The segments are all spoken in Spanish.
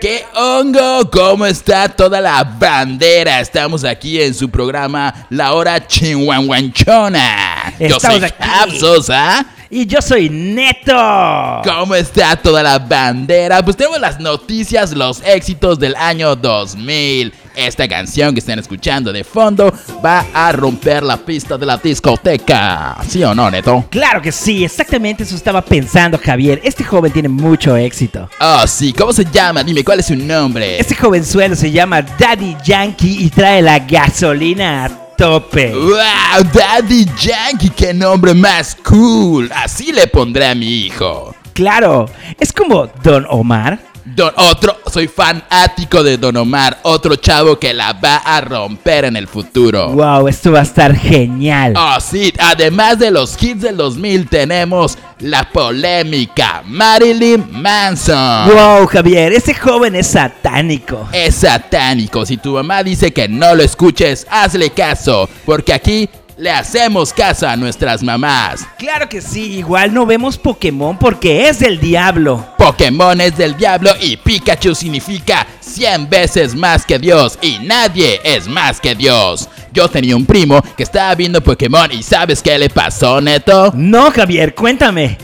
¿Qué hongo? ¿Cómo está toda la bandera? Estamos aquí en su programa La Hora Chinguanguanchona. Yo soy Estamos aquí. Jav Sosa. Y yo soy Neto. ¿Cómo está toda la bandera? Pues tenemos las noticias, los éxitos del año 2000. Esta canción que están escuchando de fondo va a romper la pista de la discoteca. ¿Sí o no, Neto? Claro que sí, exactamente eso estaba pensando Javier. Este joven tiene mucho éxito. Ah, sí. ¿Cómo se llama? Dime, ¿cuál es su nombre? Este jovenzuelo se llama Daddy Yankee y trae la gasolina a tope. ¡Wow! Daddy Yankee, qué nombre más cool. Así le pondré a mi hijo. Claro, es como Don Omar. Don, otro, soy fanático de Don Omar, otro chavo que la va a romper en el futuro. Wow, esto va a estar genial. Oh, sí, además de los hits del 2000 tenemos la polémica Marilyn Manson. Wow, Javier, ese joven es satánico. Es satánico, si tu mamá dice que no lo escuches, hazle caso, porque aquí le hacemos caso a nuestras mamás. Claro que sí, igual no vemos Pokémon porque es del diablo. Pokémon es del diablo y Pikachu significa 100 veces más que Dios y nadie es más que Dios. Yo tenía un primo que estaba viendo Pokémon y ¿sabes qué le pasó, Neto? No, Javier, cuéntame.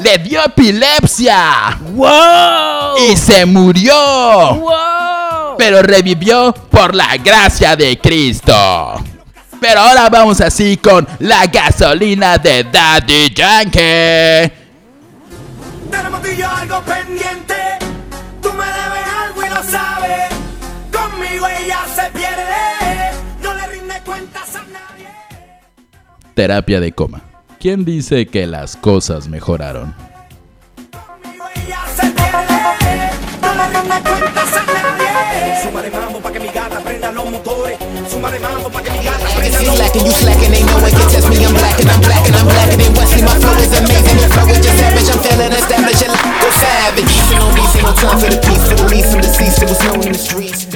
¡Le dio epilepsia! ¡Wow! y se murió, ¡Wow! pero revivió por la gracia de Cristo. Pero ahora vamos así con la gasolina de Daddy Yankee. Tenemos tú y yo algo pendiente. Tú me debes algo y lo sabes. Conmigo ella se pierde. No le rinde cuentas a nadie. Terapia de coma. ¿Quién dice que las cosas mejoraron? Conmigo ella se pierde. No le rinde cuentas a nadie. Súmale mambo pa' que mi gata prenda los motores. Súmale mambo pa' que mi gata prenda los motores. Slacking, you slacking, ain't no way can test me. I'm black and I'm black and I'm black and in Wesley. My flow is amazing, your flow is just savage. I'm feeling established, and like go savage. Even on beats, ain't no time for the peace. For the least, I'm deceased. It was known in the streets.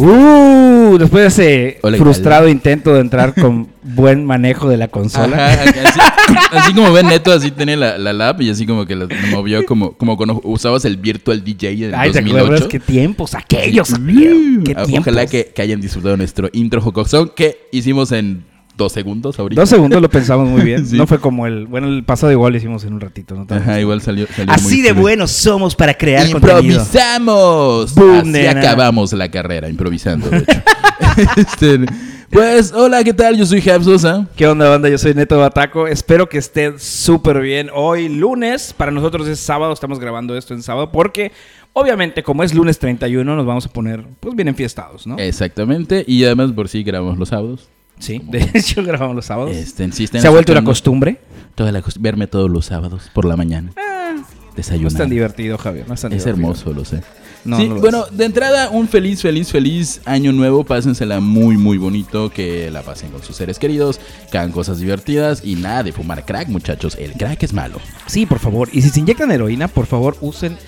Uh, después de ese Hola, frustrado intento de entrar con buen manejo de la consola. así, así como ven Neto, así tiene la, la lap y así como que la movió como, como cuando usabas el Virtual DJ en Ay, ¿te 2008. acuerdas qué tiempos aquellos? Sí. Javier? ¿Qué Ah, tiempos? Ojalá que, que hayan disfrutado nuestro intro jocosón que hicimos en dos segundos ahorita. Dos segundos lo pensamos muy bien. Sí. No fue como el... Bueno, el pasado igual lo hicimos en un ratito. ¿no? Ajá, igual salió. salió Así muy de cool. buenos somos para crear contenido. ¡Improvisamos! Boom, Así nena. acabamos la carrera, improvisando, de hecho. Este, pues, hola, ¿qué tal? Yo soy Jav Sosa. ¿Qué onda, banda? Yo soy Neto Bataco. Espero que estén súper bien. Hoy lunes, para nosotros es sábado, estamos grabando esto en sábado porque obviamente como es lunes 31 nos vamos a poner pues bien enfiestados, ¿no? Exactamente, y además por si grabamos los sábados. sí, de hecho grabamos los sábados. Este, sí, están Se ha vuelto una escuchando costumbre. toda la cost- verme todos los sábados por la mañana. No es tan Desayunar. divertido, Javier. No es tan Es divertido. hermoso, lo sé. No, Sí, no lo bueno, de entrada, un feliz, feliz, feliz año nuevo. Pásensela muy, muy bonito. Que la pasen con sus seres queridos. Que hagan cosas divertidas. Y nada de fumar crack, muchachos. El crack es malo. Sí, por favor. Y si se inyectan heroína, por favor, usen,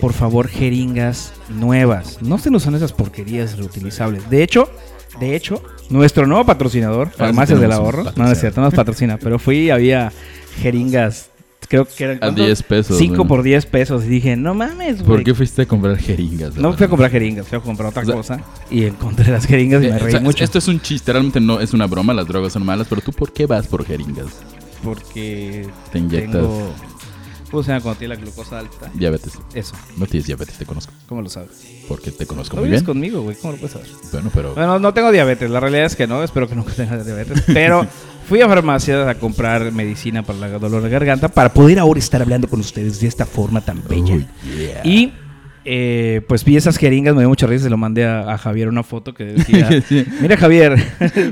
por favor, jeringas nuevas. No se usan esas porquerías reutilizables. De hecho, de hecho, nuestro nuevo patrocinador, Farmacias del Ah, tenemos un Ahorro, no, no patrocinador. es cierto, no nos patrocina, pero fui y había jeringas, creo que eran... A 10 pesos, 5 bueno. por 10 pesos. Y dije, no mames, ¿Por güey. qué fuiste a comprar jeringas? No fui a Fernando? comprar jeringas, fui a comprar otra O sea- cosa. Y encontré las jeringas y Eh, me o reí sea, mucho. Esto es un chiste, realmente no es una broma, las drogas son malas, pero tú ¿por qué vas por jeringas? Porque Te inyectas. tengo... ¿Cómo se llama cuando tiene la glucosa alta? Diabetes. Eso, No tienes diabetes, te conozco. ¿cómo lo sabes? Porque te conozco ¿Cómo muy bien. vives Ah. conmigo, güey? ¿Cómo lo puedes saber? Bueno, pero Bueno, no tengo diabetes, la realidad es que no, espero que nunca tenga diabetes, pero fui a farmacia a comprar medicina para el dolor de garganta para poder ahora estar hablando con ustedes de esta forma tan bella. Oh, yeah. Y eh, pues vi esas jeringas, me dio mucha risa, se lo mandé a, a Javier una foto que decía, Sí. mira Javier,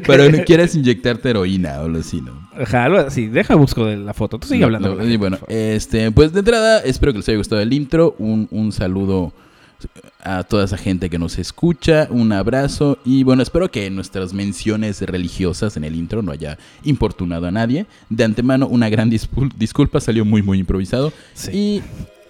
pero no quieres inyectarte heroína o lo así, ¿no? Pues Ajá, algo así, deja busco de la foto, tú sigue No, hablando. no, con la y gente, bueno, por favor. este, pues de entrada, espero que les haya gustado el intro. Un, un saludo a toda esa gente que nos escucha. Un abrazo. Y bueno, espero que nuestras menciones religiosas en el intro no haya importunado a nadie. De antemano, una gran dispul- disculpa, salió muy, muy improvisado. Sí.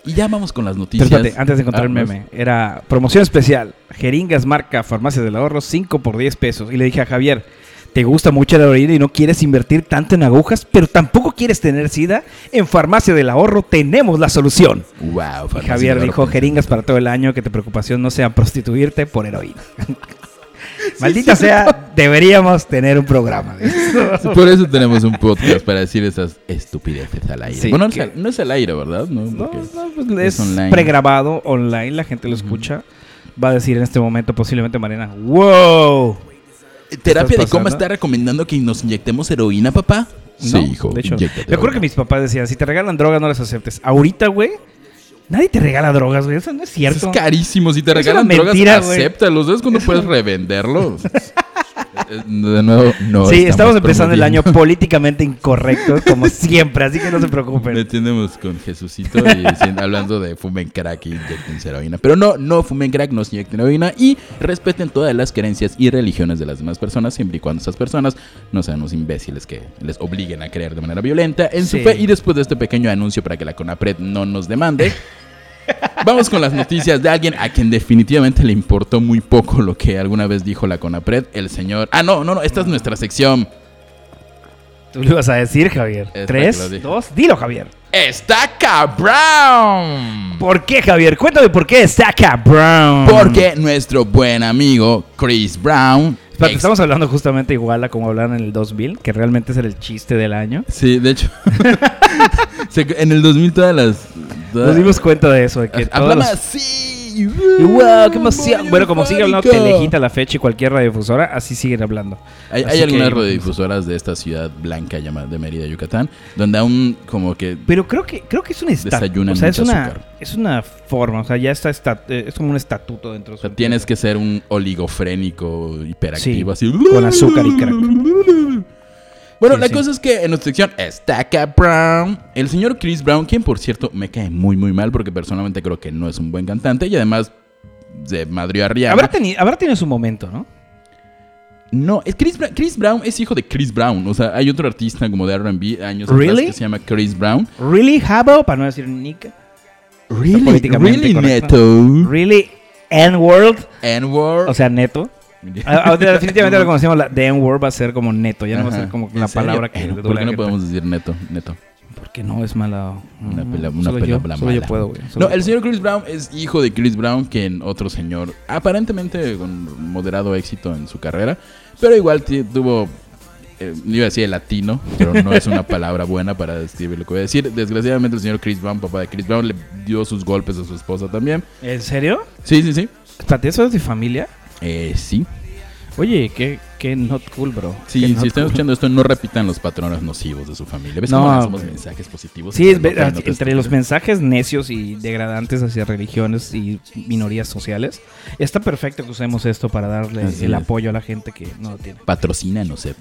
Y Y ya vamos con las Pero noticias. espérate, antes de encontrar el Ah, pues, meme, era promoción especial. Jeringas marca Farmacia del Ahorro 5 por 10 pesos. Y le dije a Javier, ¿te gusta mucho la heroína y no quieres invertir tanto en agujas, pero tampoco quieres tener sida? En Farmacia del Ahorro tenemos la solución. Wow, Y Javier dijo, jeringas para todo el año, que tu preocupación no sea prostituirte por heroína. Maldita sea, deberíamos tener un programa. de eso. Por eso tenemos un podcast para decir esas estupideces al aire. Sí, bueno, no que- es, al, no es al aire, ¿verdad? No, No, porque- no, pues es es online. pregrabado online, la gente lo escucha. Va a decir en este momento posiblemente Mariana, wow. Terapia de ¿Estás coma pasando? está recomendando que nos inyectemos heroína, papá. Sí, No, hijo. De hecho, inyéctate yo creo que heroína. mis papás decían, si te regalan drogas no las aceptes. Ahorita, güey, nadie te regala drogas, güey. Eso no es Eso cierto. es carísimo. Si te Es regalan una drogas, mentira, güey. acéptalo. ¿Sabes cuándo puedes revenderlos? Eh, De nuevo, no. sí, estamos empezando el año promoviendo. políticamente incorrecto, como siempre, así que no se preocupen. Metemos con Jesucito y diciendo- hablando de fumen crack y inyecten heroína. Pero no, no fumen crack, no se inyecten heroína y respeten todas las creencias y religiones de las demás personas, siempre y cuando esas personas no sean unos imbéciles que les obliguen a creer de manera violenta en Sí. su fe. Y después de este pequeño anuncio para que la CONAPRED no nos demande. Vamos con las noticias de alguien a quien definitivamente le importó muy poco lo que alguna vez dijo la CONAPRED, el señor... Ah, no, no, no, esta es nuestra sección. Tú lo ibas a decir, Javier. Esta que lo Tres, dije. dos, dilo, Javier. ¡Está cabrón! ¿Por qué, Javier? Cuéntame por qué está cabrón. Porque nuestro buen amigo Chris Brown. Espérate, ex- estamos hablando justamente igual a como hablaron en el 2000, que realmente es el chiste del año. Sí, de hecho. se- en el 2000 todas las. Nos todas- dimos cuenta de eso, de que todos Hablaba los- así. Y, wow, qué emoción. Bueno, como sigue hablando Telejita Telejita la fecha y cualquier radiodifusora, así siguen hablando. Hay, Así hay que- algunas radiodifusoras de esta ciudad blanca llamada de Mérida, Yucatán, donde aún como que Pero creo que creo que es un estatuto. Desayunan O sea, es mucho una, azúcar. es una forma. O sea, ya está, esta- eh, es como un estatuto dentro de o su sea, tienes que ser un oligofrénico hiperactivo Sí, así. con azúcar y crack. Bueno, Sí, la sí. cosa es que en nuestra sección está Brown. El señor Chris Brown, quien por cierto me cae muy muy mal porque personalmente creo que no es un buen cantante y además de Madrid a Rihanna. Habrá, teni- habrá tenido su momento, ¿no? No, es Chris, Bra- Chris Brown es hijo de Chris Brown. O sea, hay otro artista como de R&B años atrás ¿Really? que se llama Chris Brown. Really, Jabo, para no decir Nika. Really, Really neto. Really, N-World. N-word. O sea, neto. A- a- definitivamente ahora conocemos la de N-Word va a ser como neto. Ya no va a ser Ajá. como ¿En la serio? palabra que. Eh, le ¿Por dobla qué no que- podemos decir neto? Neto. Porque no es mala. Una no, pela- no, una solo yo- pelabla Solo yo mala. puedo, güey. No, solo yo el puedo. señor Chris Brown es hijo de Chris Brown, quien otro señor, aparentemente con moderado éxito en su carrera, pero igual ti- tuvo, eh, iba a decir latino, pero no es una palabra buena para describir lo que voy a decir. Desgraciadamente el señor Chris Brown, papá de Chris Brown, le dio sus golpes a su esposa también. ¿En serio? Sí, sí, sí. Espérate, ¿eso es de familia? Eh, sí, Oye, qué, qué not cool, bro. sí, Qué si not están cool. escuchando esto, no repitan los patrones nocivos de su familia. ¿Ves No, cómo lanzamos güey. mensajes positivos? Sí, es Entre ve- los- entre los mensajes necios y degradantes hacia religiones y minorías sociales, está perfecto que usemos esto para darle Así el es. apoyo a la gente que no lo tiene. Patrocina, no sé.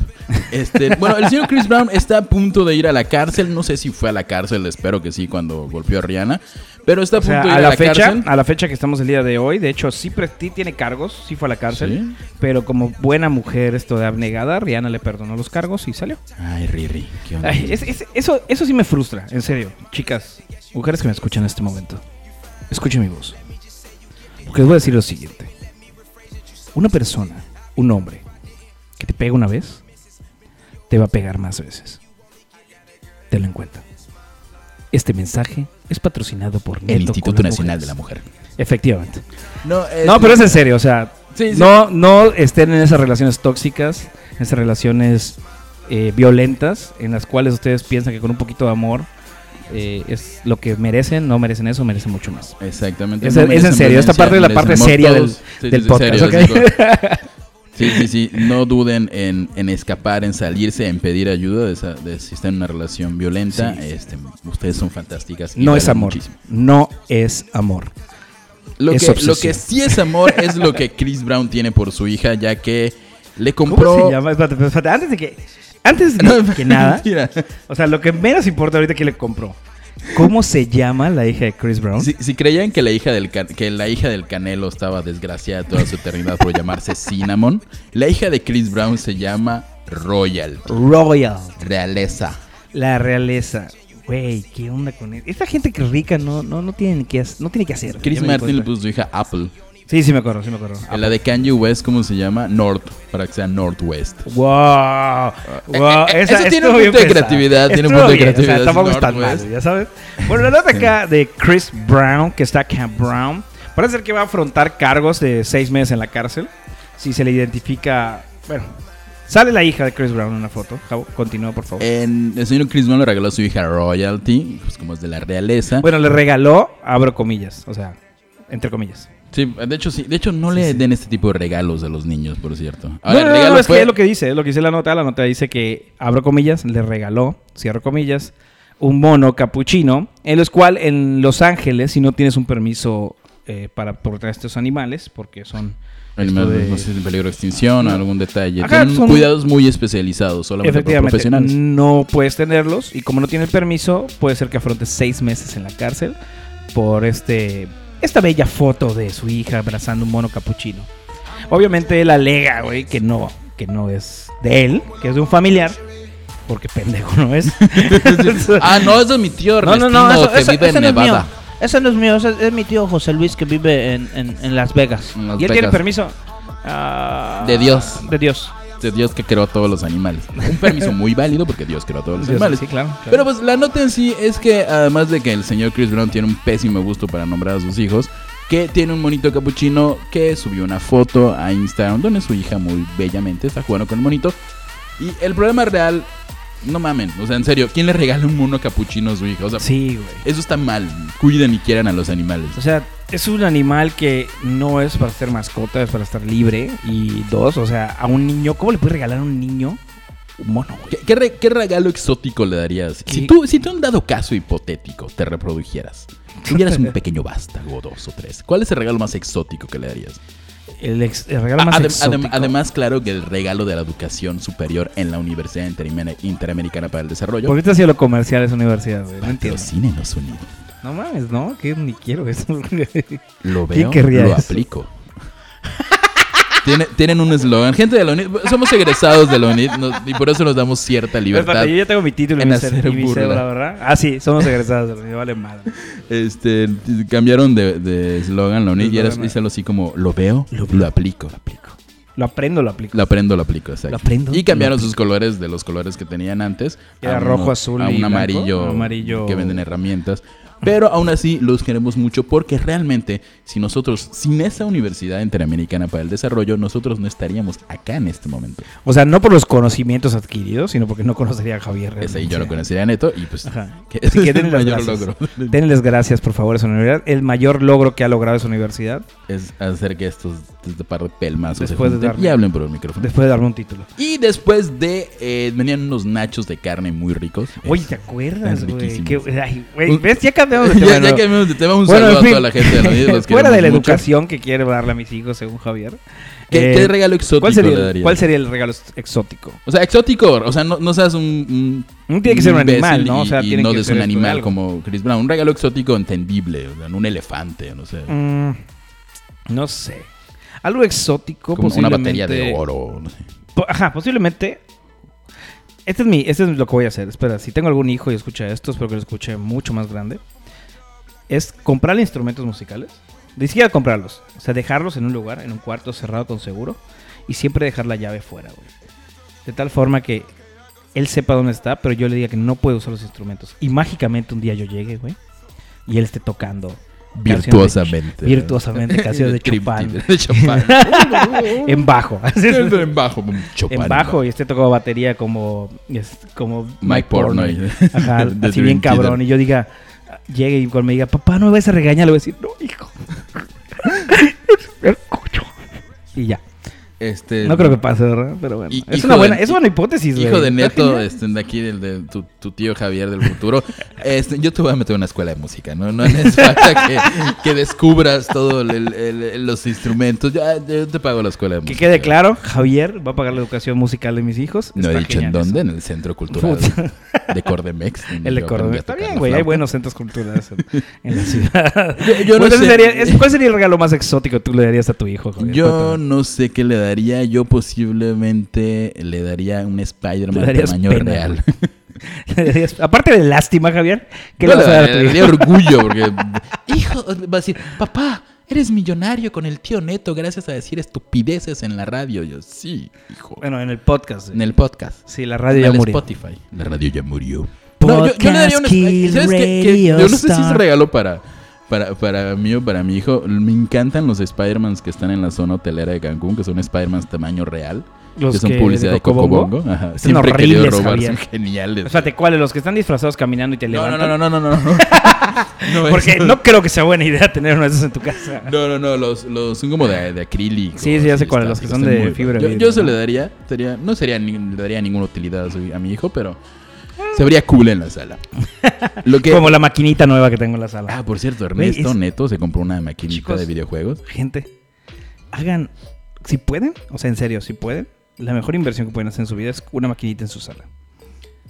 Este, bueno, el señor Chris Brown está a punto de ir a la cárcel. No sé si fue a la cárcel, espero que sí, cuando golpeó a Rihanna. Pero está a O sea, punto de ir a a la, la, fecha, cárcel. a la fecha que estamos el día de hoy, de hecho, sí, pre- sí tiene cargos, sí fue a la cárcel, pero como buena mujer esto de abnegada, Rihanna le perdonó los cargos y salió. Ay, Riri, qué onda. Ah. Ay, es- es- eso, eso sí me frustra, en serio. Chicas, mujeres que me escuchan en este momento, escuchen mi voz. Porque les voy a decir lo siguiente. Una persona, un hombre, que te pega una vez, te va a pegar más veces. Tenlo en cuenta. Este mensaje es patrocinado por el Neto Instituto con las Nacional Mujeres. de la Mujer. Efectivamente. No, es- No, pero es en serio, o sea, Sí, sí. no, no estén en esas relaciones tóxicas, en esas relaciones eh, violentas, en las cuales ustedes piensan que con un poquito de amor eh, es lo que merecen, no merecen eso, merecen mucho más. Exactamente. Es- no es en merecen serio, esta violencia, parte es la merecen parte amor. seria del- Todos- sí, del sí, podcast, serio, ¿ok? digo, Sí, sí, sí. No duden en, en escapar, en salirse, en pedir ayuda de, esa- de si están en una relación violenta. Sí. Este, ustedes son fantásticas. y No es valen amor, muchísimo. no es amor. Lo, Es que, lo obsesión. que sí es amor es lo que Chris Brown tiene por su hija, ya que le ¿Cómo compró. se llama? Espérate, espérate, espérate, antes de que, antes de No, que nada, mentira. o sea, lo que menos importa ahorita que le compró. ¿Cómo se llama la hija de Chris Brown? Si, si creían que la hija del Can- que la hija del Canelo estaba desgraciada toda su eternidad por llamarse Cinnamon, la hija de Chris Brown se llama Royal Royal, Realeza. la realeza. Güey, ¿qué onda con él? Esta gente que es rica no, no, no, tiene, ni que, hac- no tiene que hacer. Chris Ya me di Martin le cuenta. puso su hija Apple. Sí, sí me acuerdo, sí me acuerdo. En La de Kanye West, ¿cómo se llama? North, para que sea Northwest. Wow, wow. eh, esa- eso tiene estuvo un bien punto de pesada. creatividad, tiene un Estuvo punto de bien, O creatividad, pues. sea, tampoco es tan Northwest. mal, ya sabes. Bueno, la nota acá de Chris Brown, que está Camp Brown, parece ser que va a afrontar cargos de seis meses en la cárcel. Si se le identifica. Bueno, sale la hija de Chris Brown en una foto. Javo, continúa, por favor. En, el señor Chris Brown le regaló a su hija Royalty, pues como es de la realeza. bueno, le regaló, abro comillas, o sea, entre comillas. Sí, de hecho sí, de hecho no le den este tipo de regalos a los niños, por cierto. No, Ahora, no, el no, regalo no, es, fue- que es lo que dice, es lo que dice la nota. La nota dice que, abro comillas, le regaló, cierro comillas, un mono capuchino, en los cual en Los Ángeles, si no tienes un permiso eh, para portar estos animales, porque son... Animales, esto de- no sé, en peligro de extinción o algún detalle. Ajá, Tienen son- cuidados muy especializados, solamente por Efectivamente, profesionales. no puedes tenerlos y como no tienes permiso, puede ser que afrontes seis meses en la cárcel por este esta bella foto de su hija abrazando un mono capuchino. Obviamente él alega, güey, que no, que no es de él, que es de un familiar, porque pendejo no es. Ah, no, eso es mi tío Ernestino que vive en no es mío. Nevada. Eso no es mío, ese es, mi tío José Luis que vive en, en- en Las Vegas. En Las y él tiene Vegas. permiso ah, De Dios. De Dios. de Dios que creó a todos los animales. Un permiso muy válido porque Dios creó a todos los Dios, animales. sí, claro, claro. Pero pues la nota en sí es que además de que el señor Chris Brown tiene un pésimo gusto para nombrar a sus hijos, que tiene un monito capuchino que subió una foto a Instagram donde su hija muy bellamente está jugando con el monito. Y el problema real, no mamen, o sea, en serio, ¿quién le regala un mono capuchino a su hija? O sea, Sí, güey. eso está mal. Cuiden y quieran a los animales. O sea, es un animal que no es para ser mascota, es para estar libre. Y dos, o sea, a un niño, ¿cómo le puedes regalar a un niño un mono, güey? ¿Qué, qué re- qué regalo exótico le darías? Si ¿Qué? tú, si tú en un dado caso hipotético te reprodujeras, tuvieras un pequeño vástago, dos o tres, ¿cuál es el regalo más exótico que le darías? El, ex- el regalo Ah, más adem- exótico. adem- además, claro que el regalo de la educación superior en la Universidad Interamer- Interamericana para el Desarrollo. ¿Por qué te hacía lo comercial esa universidad, güey? No entiendo. Patrocínenos, Unido. No mames, no, que ni quiero eso. Lo ¿Quién veo, querría lo eso? aplico. Tiene- tienen un eslogan. Gente de la UNID, somos egresados de la UNID nos- y por eso nos damos cierta libertad. Espérate, yo ya tengo mi título y en mi hacer cer- y mi burla. cédula, ¿verdad? Ah, sí, somos egresados, me vale madre. Este, cambiaron de de eslogan la UNID y era, Eslogan. dice algo así como, lo veo, lo, aplico. Lo aprendo, lo aplico. Lo aprendo, lo aplico, exacto. Lo aprendo, Y lo cambiaron sus colores de los colores que tenían antes. Que era a rojo, azul A y un blanco, amarillo, amarillo. que venden herramientas. Pero aún así los queremos mucho porque realmente si nosotros, sin esa Universidad Interamericana para el Desarrollo, nosotros no estaríamos acá en este momento. O sea, no por los conocimientos adquiridos, sino porque no conocería a Javier. Ese realmente. yo lo conocería neto y pues... Ajá. que- Así que denle el las mayor gracias. logro Denles gracias, por favor, a su universidad. El mayor logro que ha logrado esa universidad es hacer que estos este par de pelmazos se Después de junten darle- y hablen por el micrófono. después de darme un título. Y después de. eh, venían unos nachos de carne muy ricos. Oye, Eh, ¿te acuerdas, están güey? riquísimos. Qué- ay, güey, ¿Ves? Ya cambiamos de tema. ya, ya ¿no? cambiamos de tema. Un Bueno, saludo en a toda fin. la gente de la vida, los Fuera de la queremos mucho. educación que quiero darle a mis hijos, según Javier. ¿Qué, Eh, qué regalo exótico ¿cuál sería, le el, darías? cuál sería el regalo ex- exótico? O sea, exótico. O sea, no, no seas un. No tiene que ser un imbécil animal, ¿no? O y- sea, y tiene no que des ser un esto de animal algo. como Chris Brown. Un regalo exótico entendible. O sea, un elefante, no sé. Mm, no sé. Algo exótico, como una batería de posiblemente- oro. No sé. Po- Ajá, posiblemente. Este es mi, este es lo que voy a hacer. Espera, si tengo algún hijo y escucha esto, espero que lo escuche mucho más grande. Es comprarle instrumentos musicales. Ni siquiera comprarlos. O sea, dejarlos en un lugar, en un cuarto cerrado con seguro. Y siempre dejar la llave fuera, güey. De tal forma que él sepa dónde está, pero yo le diga que no puede usar los instrumentos. Y mágicamente un día yo llegue, güey. Y él esté tocando. canciones de- Virtuosamente. virtuosamente, canciones de Chopin. Chopin. De Chopin. en bajo. en bajo. Chopin. en bajo y este tocó batería como es- como Mike Portnoy. Ajá, De así bien Dream Theater. cabrón y yo diga llegue y cuando me diga papá no me vas a regañar le voy a decir no hijo escucho y ya Este, no creo que pase verdad pero bueno Y- es hijo una buena de- es una hipótesis güey. Hijo de Está Neto, genial. este, de aquí, del, de tu, tu tío Javier del futuro. Este, yo te voy a meter a una escuela de música, ¿no? No hace falta que, que descubras todos los instrumentos. Yo, yo te pago la escuela de que música. quede claro Javier va a pagar la educación musical de mis hijos No he Está dicho en genial dónde, eso. en el Centro Cultural Puta. de Cordemex. donde el de yo aprendí a Córdoba. Está tocar bien, la güey. Hay flauta. buenos centros culturales en, en la ciudad. Yo- yo no Entonces, sé. sería- es- ¿Cuál sería el regalo más exótico que tú le darías a tu hijo? Javier? Yo Cuéntame. no sé qué le daría. Yo posiblemente le daría un Te Spider-Man darías tamaño pena, real. Aparte de lástima, Javier, ¿qué Yo le vas a dar a tu le daría hijo? orgullo porque... Hijo, va a decir, papá, eres millonario con el tío Neto gracias a decir estupideces en la radio. Yo, sí, hijo. Bueno, en el podcast. eh. En el podcast. Sí, la radio ya en el murió. Spotify. La radio ya murió. Podcast una- Kill ¿sabes qué? Que- Radio yo no sé si es Star. regalo para, para, para mí o para mi hijo. Me encantan los Spider-Mans que están en la zona hotelera de Cancún, que son Spider-Mans tamaño real. Los que son que- publicidad de de Coco Cocobongo. Bongo. Ajá. Son Siempre he querido horribles, robar, Javier. son geniales. Espérate, ¿cuáles? Los que están disfrazados caminando y te no, no, levantan. no, no, no, no, no. No, Porque eso- no creo que sea buena idea tener uno de esos en tu casa. No, no, no, los, los son como de, de acrílico. Sí, sí, ya así, sé cuáles, los que son están de muy fibra Yo, de yo vidrio, se ¿no? le daría, sería, no sería ni- le daría ninguna utilidad a, su- a mi hijo, pero se vería cool en la sala. Lo que, Como la maquinita nueva que tengo en la sala. Ah, por cierto, Ernesto Güey, es- Neto se compró una maquinita Chicos. de videojuegos. Gente, hagan, si pueden, o sea, en serio, si pueden, la mejor inversión que pueden hacer en su vida es una maquinita en su sala.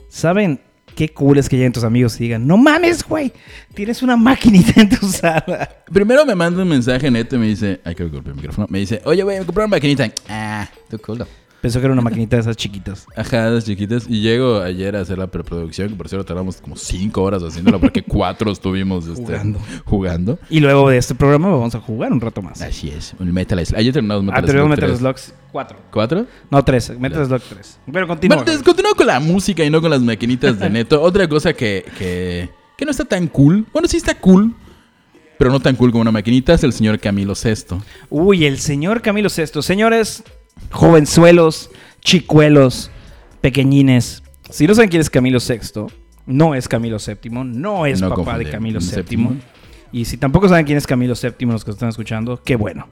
¿Saben qué cool es que lleguen tus amigos y digan, no mames, güey, tienes una maquinita en tu sala? Primero me manda un mensaje Neto y me dice, ay, creo que golpeé el micrófono. Me dice, oye, güey, me compré una maquinita. Ah, tú cool. Pensó que era una maquinita de esas chiquitas. Ajá, las chiquitas. Y llego ayer a hacer la preproducción, que por cierto tardamos como cinco horas haciéndola porque cuatro estuvimos este, Jugando. jugando. Y luego de este programa vamos a jugar un rato más. Así es, un Metal Slug. Ayer terminamos Ah, Metal te Slug Metal 3. Slug 4. ¿Cuatro? No, eh, 3. Metal Slug 3. Pero continúa. Bueno, entonces, continuando con la música y no con las maquinitas de Neto, otra cosa que, que, que no está tan cool, bueno, sí está cool, pero no tan cool como una maquinita, es el señor Camilo VI. Uy, el señor Camilo Sesto. Señores, jovenzuelos, chicuelos, pequeñines. Si no saben quién es Camilo VI, no es Camilo VII, no es No papá de confundir Camilo con VII. séptimo. Y si tampoco saben quién es Camilo VII, los que están escuchando, qué bueno.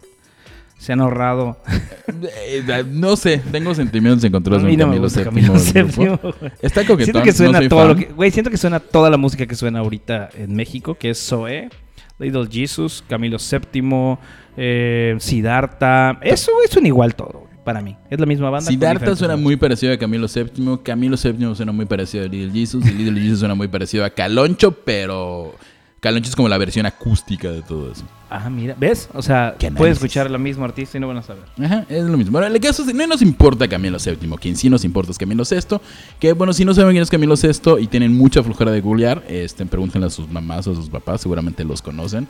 Se han ahorrado. Eh, eh, no sé, tengo sentimientos encontrados A con mí no me Camilo gusta VII. Camilo del grupo. VII, güey. Está coquetón, Siento que no suena soy todo fan. lo que- güey, siento que suena toda la música que suena ahorita en México, que es Zoe, Little Jesus, Camilo VII, eh, Siddhartha. Eso, güey, suena igual todo, güey, para mí. Es la misma banda. con Siddhartha diferentes suena nombres. muy parecido a Camilo VII, Camilo VII suena muy parecido a Little Jesus y Little Jesus suena muy parecido a Caloncho, pero Caloncho es como la versión acústica de todo eso. Ah, mira, ¿ves? O sea, Qué puedes análisis. escuchar la misma artista y no van a saber. Ajá, es lo mismo. Bueno, el caso es que no nos importa Camilo VII, quien sí nos importa es Camilo VI, que bueno, si no saben quién es Camilo VI y tienen mucha flojera de googlear, este, pregúntenle a sus mamás o a sus papás, seguramente los conocen.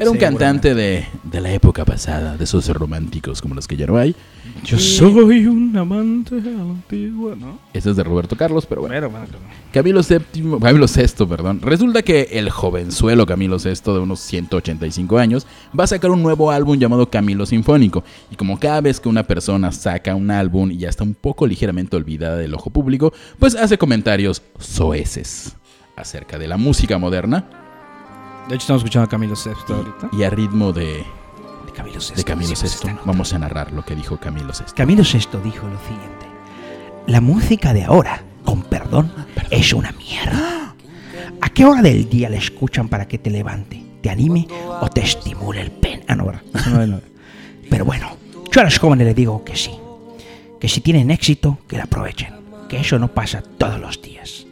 Era un cantante de, de la época pasada, de esos románticos como los que ya no hay. Yo soy un amante antiguo, ¿no? Ese es de Roberto Carlos, pero bueno. Bueno, bueno, claro. Camilo VII, Camilo VI, perdón. Resulta que el jovenzuelo Camilo VI, de unos 185 años, va a sacar un nuevo álbum llamado Camilo Sinfónico. Y como cada vez que una persona saca un álbum y ya está un poco ligeramente olvidada del ojo público, pues hace comentarios soeces acerca de la música moderna De hecho, estamos escuchando a Camilo VII ahorita. y a ritmo de, De Camilo VI. de Camilo sí, está, VI. ¿no? Vamos a narrar lo que dijo Camilo VI. Camilo VI dijo lo siguiente. La música de ahora, con perdón, Ah, es una mierda. ¿A qué hora del día la escuchan para que te levante, te anime o te estimule el pen? Ah, no, ¿verdad? Eso no es nada. Pero bueno, yo a los jóvenes les digo que sí. Que si tienen éxito, que la aprovechen. Que eso no pasa todos los días.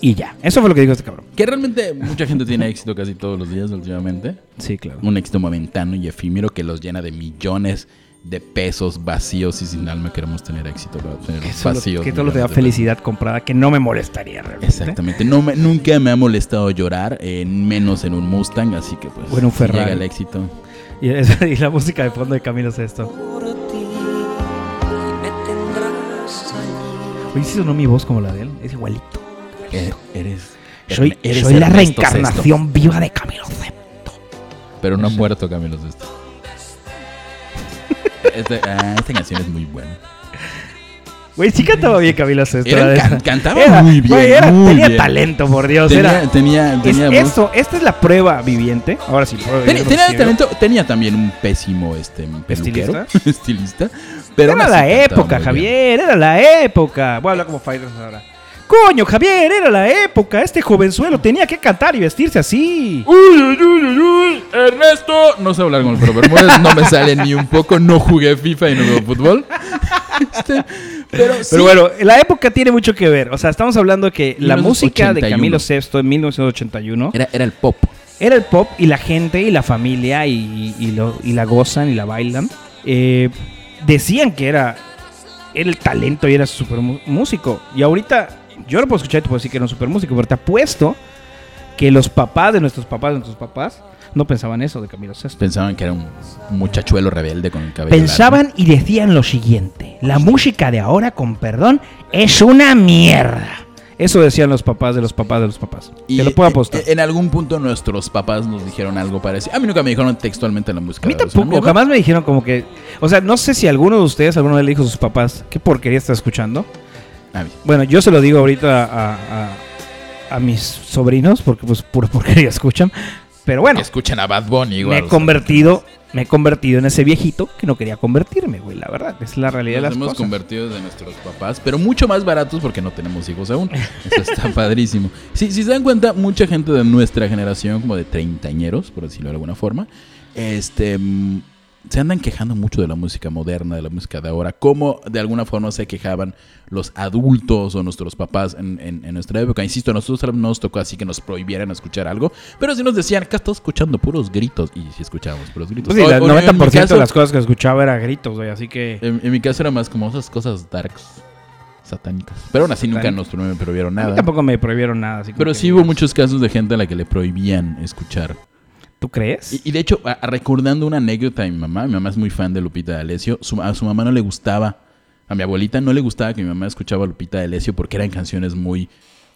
Y ya. Eso fue lo que dijo este cabrón. Que realmente mucha gente tiene éxito casi todos los días últimamente. Sí, claro. un éxito momentáneo y efímero que los llena de millones de pesos vacíos y sin alma queremos tener éxito para tener Que solo, vacíos. que solo millones te da de pesos. felicidad comprada, que no me molestaría realmente. Exactamente. No me- nunca me ha molestado llorar, eh, menos en un Mustang, así que pues O en un si Ferrari. llega el éxito. Y, es- y la música de fondo de Camilo Sesto. por ti me tendrás allí. Oye, ¿sí sonó mi voz como la de él? Es igualito. Eh, eres Soy, eres soy la Ernesto reencarnación viva de Camilo VII. Sexto, pero no ha muerto Camilo Sesto. Este- ah, esta canción es muy buena. Güey, sí cantaba bien Camilo Sesto. Era- la de- can- cantaba Era- muy bien, güey, era- muy tenía bien. talento, por Dios. Tenía, era, tenía, es tenía voz. eso, esta es la prueba viviente. Ahora sí, prueba Tenía, viviente, tenía porque sí, talento, tenía también un pésimo este, peluquero, estilista, pero Era aún la así cantaba época, muy bien. Javier, era la época. Voy a hablar como Fighters ahora. Coño, Javier, era la época. Este jovenzuelo tenía que cantar y vestirse así. Uy, uy, uy, uy, uy, Ernesto. No sé hablar con el Pro Bermúdez, no me sale ni un poco, no jugué FIFA y no veo fútbol. Este, pero sí, Pero bueno, la época tiene mucho que ver. O sea, estamos hablando que la 1981. música de Camilo VI en 1981 era, era el pop. era el pop y la gente y la familia y, y lo- y la gozan y la bailan. Eh, decían que era, era el talento y era súper mu- músico. Y ahorita Yo lo puedo escuchar y te puedo decir que era un super músico, pero te apuesto que los papás de nuestros papás de nuestros papás no pensaban eso de Camilo Sesto. Pensaban que era un muchachuelo rebelde con el cabello. largo. Pensaban y decían lo siguiente, la música de ahora, con perdón, es una mierda. Eso decían los papás de los papás de los papás. Y eh, te lo puedo apostar. En, en algún punto nuestros papás nos dijeron algo parecido. A mí nunca me dijeron textualmente la música. a mí de ahora es una tampoco, mierda. jamás me dijeron como que... O sea, no sé si alguno de ustedes alguna vez le dijo a sus papás, ¿qué porquería está escuchando? A mí. Bueno, yo se lo digo ahorita a, a- a mis sobrinos, porque pues pura porquería escuchan. Pero bueno, Escuchen a Bad Bunny me igual. he convertido, me he convertido en ese viejito que no quería convertirme, güey, la verdad. Es la realidad Nos de las hemos cosas. convertido de nuestros papás, pero mucho más baratos porque no tenemos hijos aún. Eso está padrísimo. Si, si se dan cuenta, mucha gente de nuestra generación, como de treintañeros, por decirlo de alguna forma, este mm, se andan quejando mucho de la música moderna, de la música de ahora, como de alguna forma se quejaban los adultos o nuestros papás en, en- en nuestra época. Insisto, a nosotros no nos tocó así que nos prohibieran escuchar algo, pero si nos decían, acá estás escuchando puros gritos, y si escuchábamos puros gritos. Pues sí, O- la- o en mi 90% caso, de las cosas que escuchaba era gritos, güey, así que... en, en mi caso era más como esas cosas darks, satánicas. Pero aún así nunca nos prohibieron, Satánicas. prohibieron a mí nada. tampoco me prohibieron nada. Así como Pero que sí hubo digas, muchos casos de gente a la que le prohibían escuchar. ¿Tú crees? Y, y de hecho, a- a- recordando una anécdota de mi mamá, mi mamá es muy fan de Lupita D'Alessio, su- a su mamá no le gustaba, a mi abuelita no le gustaba que mi mamá escuchaba a Lupita D'Alessio porque eran canciones muy...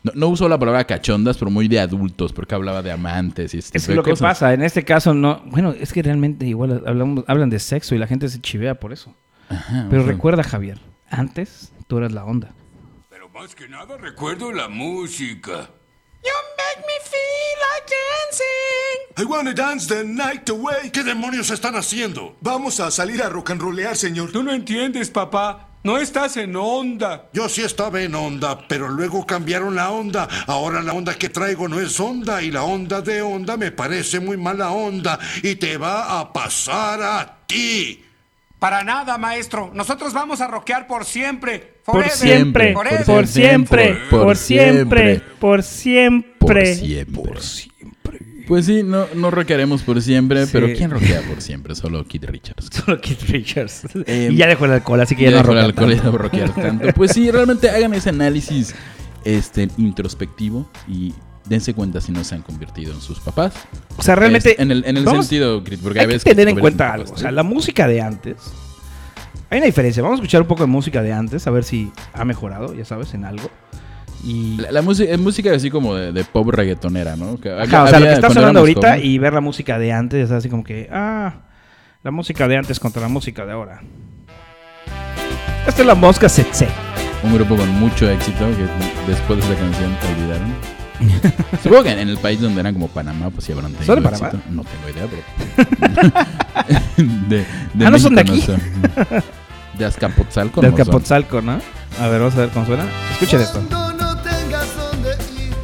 No, no usó la palabra cachondas, pero muy de adultos, porque hablaba de amantes y este Es tipo de lo que cosas. pasa, en este caso no. Bueno, es que realmente igual hablamos, hablan de sexo y la gente se chivea por eso. Ajá, Pero ajá. recuerda, Javier, antes tú eras la onda. Pero más que nada recuerdo la música. I wanna dance the night away. ¿Qué demonios están haciendo? Vamos a salir a rock and rollear, señor. Tú no entiendes, papá. No estás en onda. Yo sí estaba en onda, pero luego cambiaron la onda. Ahora la onda que traigo no es onda y la onda de onda me parece muy mala onda y te va a pasar a ti. Para nada, maestro. Nosotros vamos a rockear por siempre. Por siempre, por siempre, por siempre, por siempre, por Por siempre. siempre. Pues sí, no, no rockearemos por siempre, Sí. pero ¿quién rockea por siempre? Solo Kid Richards. Solo Keith Richards. Eh, y ya dejó el alcohol, así que ya, Ya no dejó el roca alcohol y tanto. no rockear tanto. Pues sí, realmente hagan ese análisis este, introspectivo y dense cuenta si no se han convertido en sus papás. O sea, realmente. Es- en el, en el vamos- sentido, Crit, porque Hay a que veces tener te en vuelves cuenta un algo. poco O sea, así. la música de antes. Hay una diferencia. Vamos a escuchar un poco de música de antes, a ver si ha mejorado, ya sabes, en algo. Y. La, la música, es música así como de, de pop reggaetonera, ¿no? Que Ajá, o sea, lo había- que estás cuando hablando éramos ahorita jóvenes- y ver la música de antes, es así como que, ah, la música de antes contra la música de ahora. Esta es la mosca Setse. Un grupo con mucho éxito que después de esa canción te olvidaron. Supongo que en el país donde eran como Panamá, pues sí habrán tenido ¿Son de Panamá? éxito. No tengo idea, pero. de, de Ah, ¿no son de México aquí? son. De Azcapotzalco. Del no son. Capotzalco, ¿no? A ver, vamos a ver cómo suena. Escuchen esto. Cuando no tengas donde ir,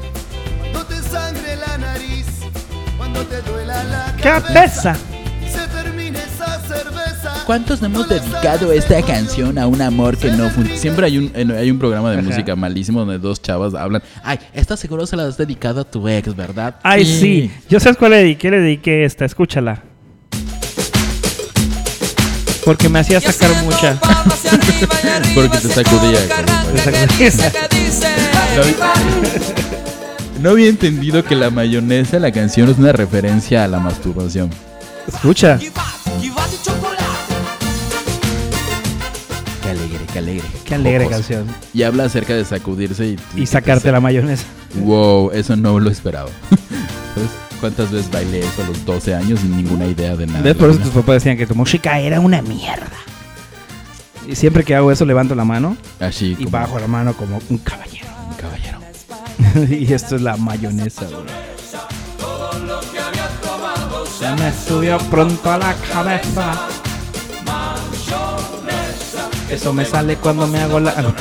no te sangre la nariz, cuando te duela la cabeza, Cabeza. se termine esa cerveza. ¿Cuántos no hemos dedicado esta canción a un amor que no funciona? Siempre hay un, en- hay un programa de música malísimo donde dos chavas hablan. Ay, esta seguro se la has dedicado a tu ex, ¿verdad? Ay, sí. Yo sabes cuál le dediqué, le dediqué esta, escúchala. Porque me hacía sacar mucha. Porque te sacudía. cabrón. No había entendido que la mayonesa, la canción, es una referencia a la masturbación. Escucha. Qué alegre, qué alegre. Qué alegre Ojos. canción. Y habla acerca de sacudirse y, Y sacarte la mayonesa. Wow, eso no lo esperaba. ¿Sabes ¿Cuántas veces bailé eso a los 12 años sin ninguna idea de nada? ¿Ves? Por eso tus papás decían que tu música era una mierda. Y siempre que hago eso, levanto la mano Así y como bajo la mano como un caballero. un caballero. y esto es la mayonesa, bro. Se me subió pronto a la cabeza. Eso me sale cuando me hago la. ah, no.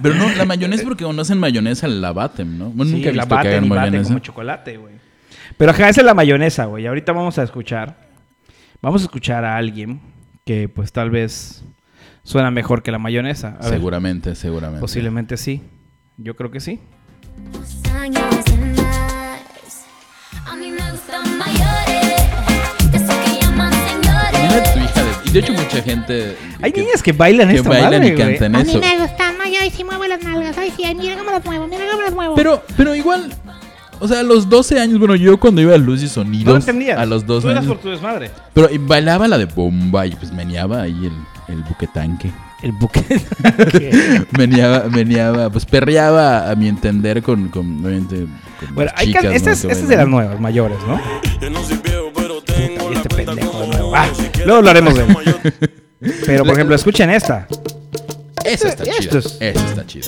Pero no, la mayonesa porque conocen mayonesa la baten, ¿no? Bueno, nunca he Sí, la visto que baten hagan y baten mayonesa. como chocolate, güey. Pero ajá, esa es la mayonesa, güey. Ahorita vamos a escuchar. Vamos a escuchar a alguien que, pues, tal vez suena mejor que la mayonesa. A ver, Seguramente, seguramente. posiblemente sí. Yo creo que sí. A mí me gustan mayores, de esos que llaman Mira señores. tu hija de- Y de hecho mucha gente... Hay que- niñas que bailan que esta bailan madre, y güey. cantan eso. gustan mayores y mueve las nalgas, ay decía, mira cómo lo muevo, mira cómo lo muevo. Pero, pero igual, o sea, a los 12 años, bueno, yo cuando iba a Luz y Sonidos. A los 12 Tú eras años. por tu desmadre. Pero y bailaba la de bomba y pues meneaba ahí el, el buquetanque. El buquetanque. meneaba, meneaba, pues perreaba a mi entender con, con, obviamente, con Bueno, las hay chicas, can- ¿no? esta es, que esta es de bailan. las nuevas, mayores, ¿no? Puta, y este pendejo de nuevo. Ah, luego hablaremos de él. Pero, por ejemplo, escuchen esta. Esa está Esto chida. es- Esa está chida.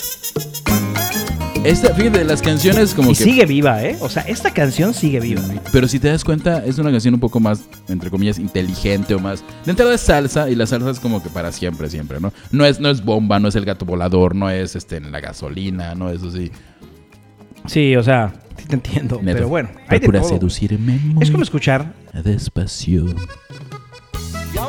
Esta, fíjate, las canciones como Y que. sigue viva, ¿eh? O sea, esta canción sigue viva. Pero si te das cuenta, es una canción un poco más, entre comillas, inteligente o más. De entrada es salsa y la salsa es como que para siempre, siempre, ¿no? No es, no es bomba, no es el gato volador, no es este, en la gasolina, no es así. Sí, o sea, sí te entiendo. Neta, pero bueno, hay de procura todo. seducirme Es como escuchar. Despacio.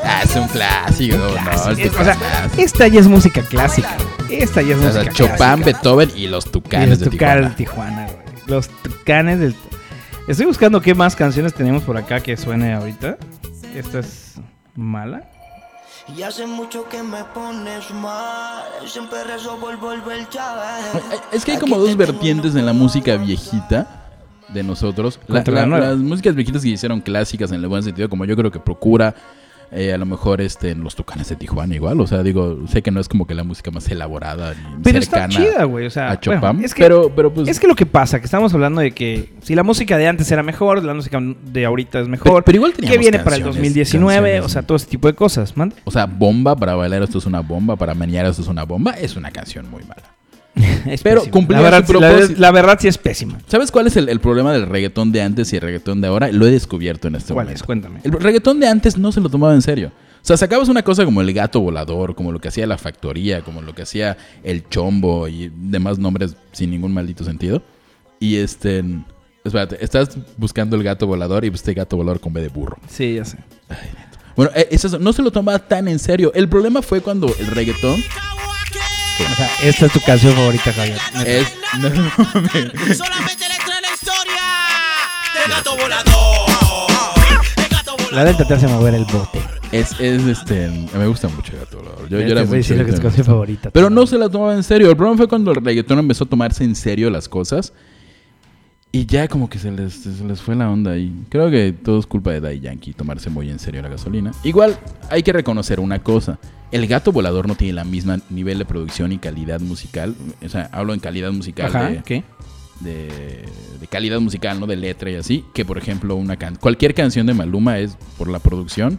Ah, es un clásico, ¿no? Ah, Es Es- un o sea, clásico. esta ya es música clásica. Esta ya es O sea, música Chopin, clásica. Beethoven y los Y tucanes los de Tijuana. Tucanes de Tijuana, güey. Los tucanes del. Estoy buscando qué más canciones tenemos por acá que suene ahorita. Esta es mala. Y hace mucho que me pones mal. Siempre rezo por volver, Ay, chaval. ay, Es que hay como dos vertientes en la música viejita de nosotros. La- Contra la la- nueva. las músicas viejitas que hicieron clásicas en el buen sentido, como yo creo que procura. eh, a lo mejor este, en los tucanes de Tijuana igual. O sea, digo, sé que no es como que la música más elaborada ni Pero cercana está chida, güey. O sea, a Chopin. bueno, es que, pero, pero pues. es que lo que pasa, que estamos hablando de que si la música de antes era mejor, la música de ahorita es mejor. Pero- pero igual ¿Qué teníamos viene para el canciones, 2019? canciones. O sea, todo ese tipo de cosas, man. O sea, bomba para bailar esto es una bomba, para menear esto es una bomba, es una canción muy mala. Es Pero pésima. cumplía la verdad, su la ver- propósito. la verdad sí es pésima. ¿Sabes cuál es el, el problema del reggaetón de antes y el reggaetón de ahora? Lo he descubierto en este ¿Cuál momento. es? Cuéntame. El reggaetón de antes no se lo tomaba en serio. O sea, sacabas una cosa como el gato volador, como lo que hacía la factoría, como lo que hacía el chombo y demás nombres sin ningún maldito sentido. Y este. Espérate, estás buscando el gato volador y este gato volador con B de burro. Sí, ya sé. Bueno, eh, es eso, no se lo tomaba tan en serio. El problema fue cuando el reggaetón. O sea, esta es tu canción favorita, Javier. Es. no, mames. La del tratarse de mover el bote. Es, es este. Me gusta mucho el gato volador. Yo, yo Te era estoy muy diciendo que es tu chavito. canción favorita. Pero no se la tomaba en serio. El problema fue cuando el reggaetón empezó a tomarse en serio las cosas. Y ya como que se les, se les fue la onda ahí. Creo que todo es culpa de Daddy Yankee tomarse muy en serio la gasolina. Igual hay que reconocer una cosa. El gato volador no tiene la misma nivel de producción y calidad musical. O sea, hablo en calidad musical. Ajá, de, ¿qué? de- de calidad musical, ¿no? De letra y así. Que por ejemplo, una can- cualquier canción de Maluma es por la producción.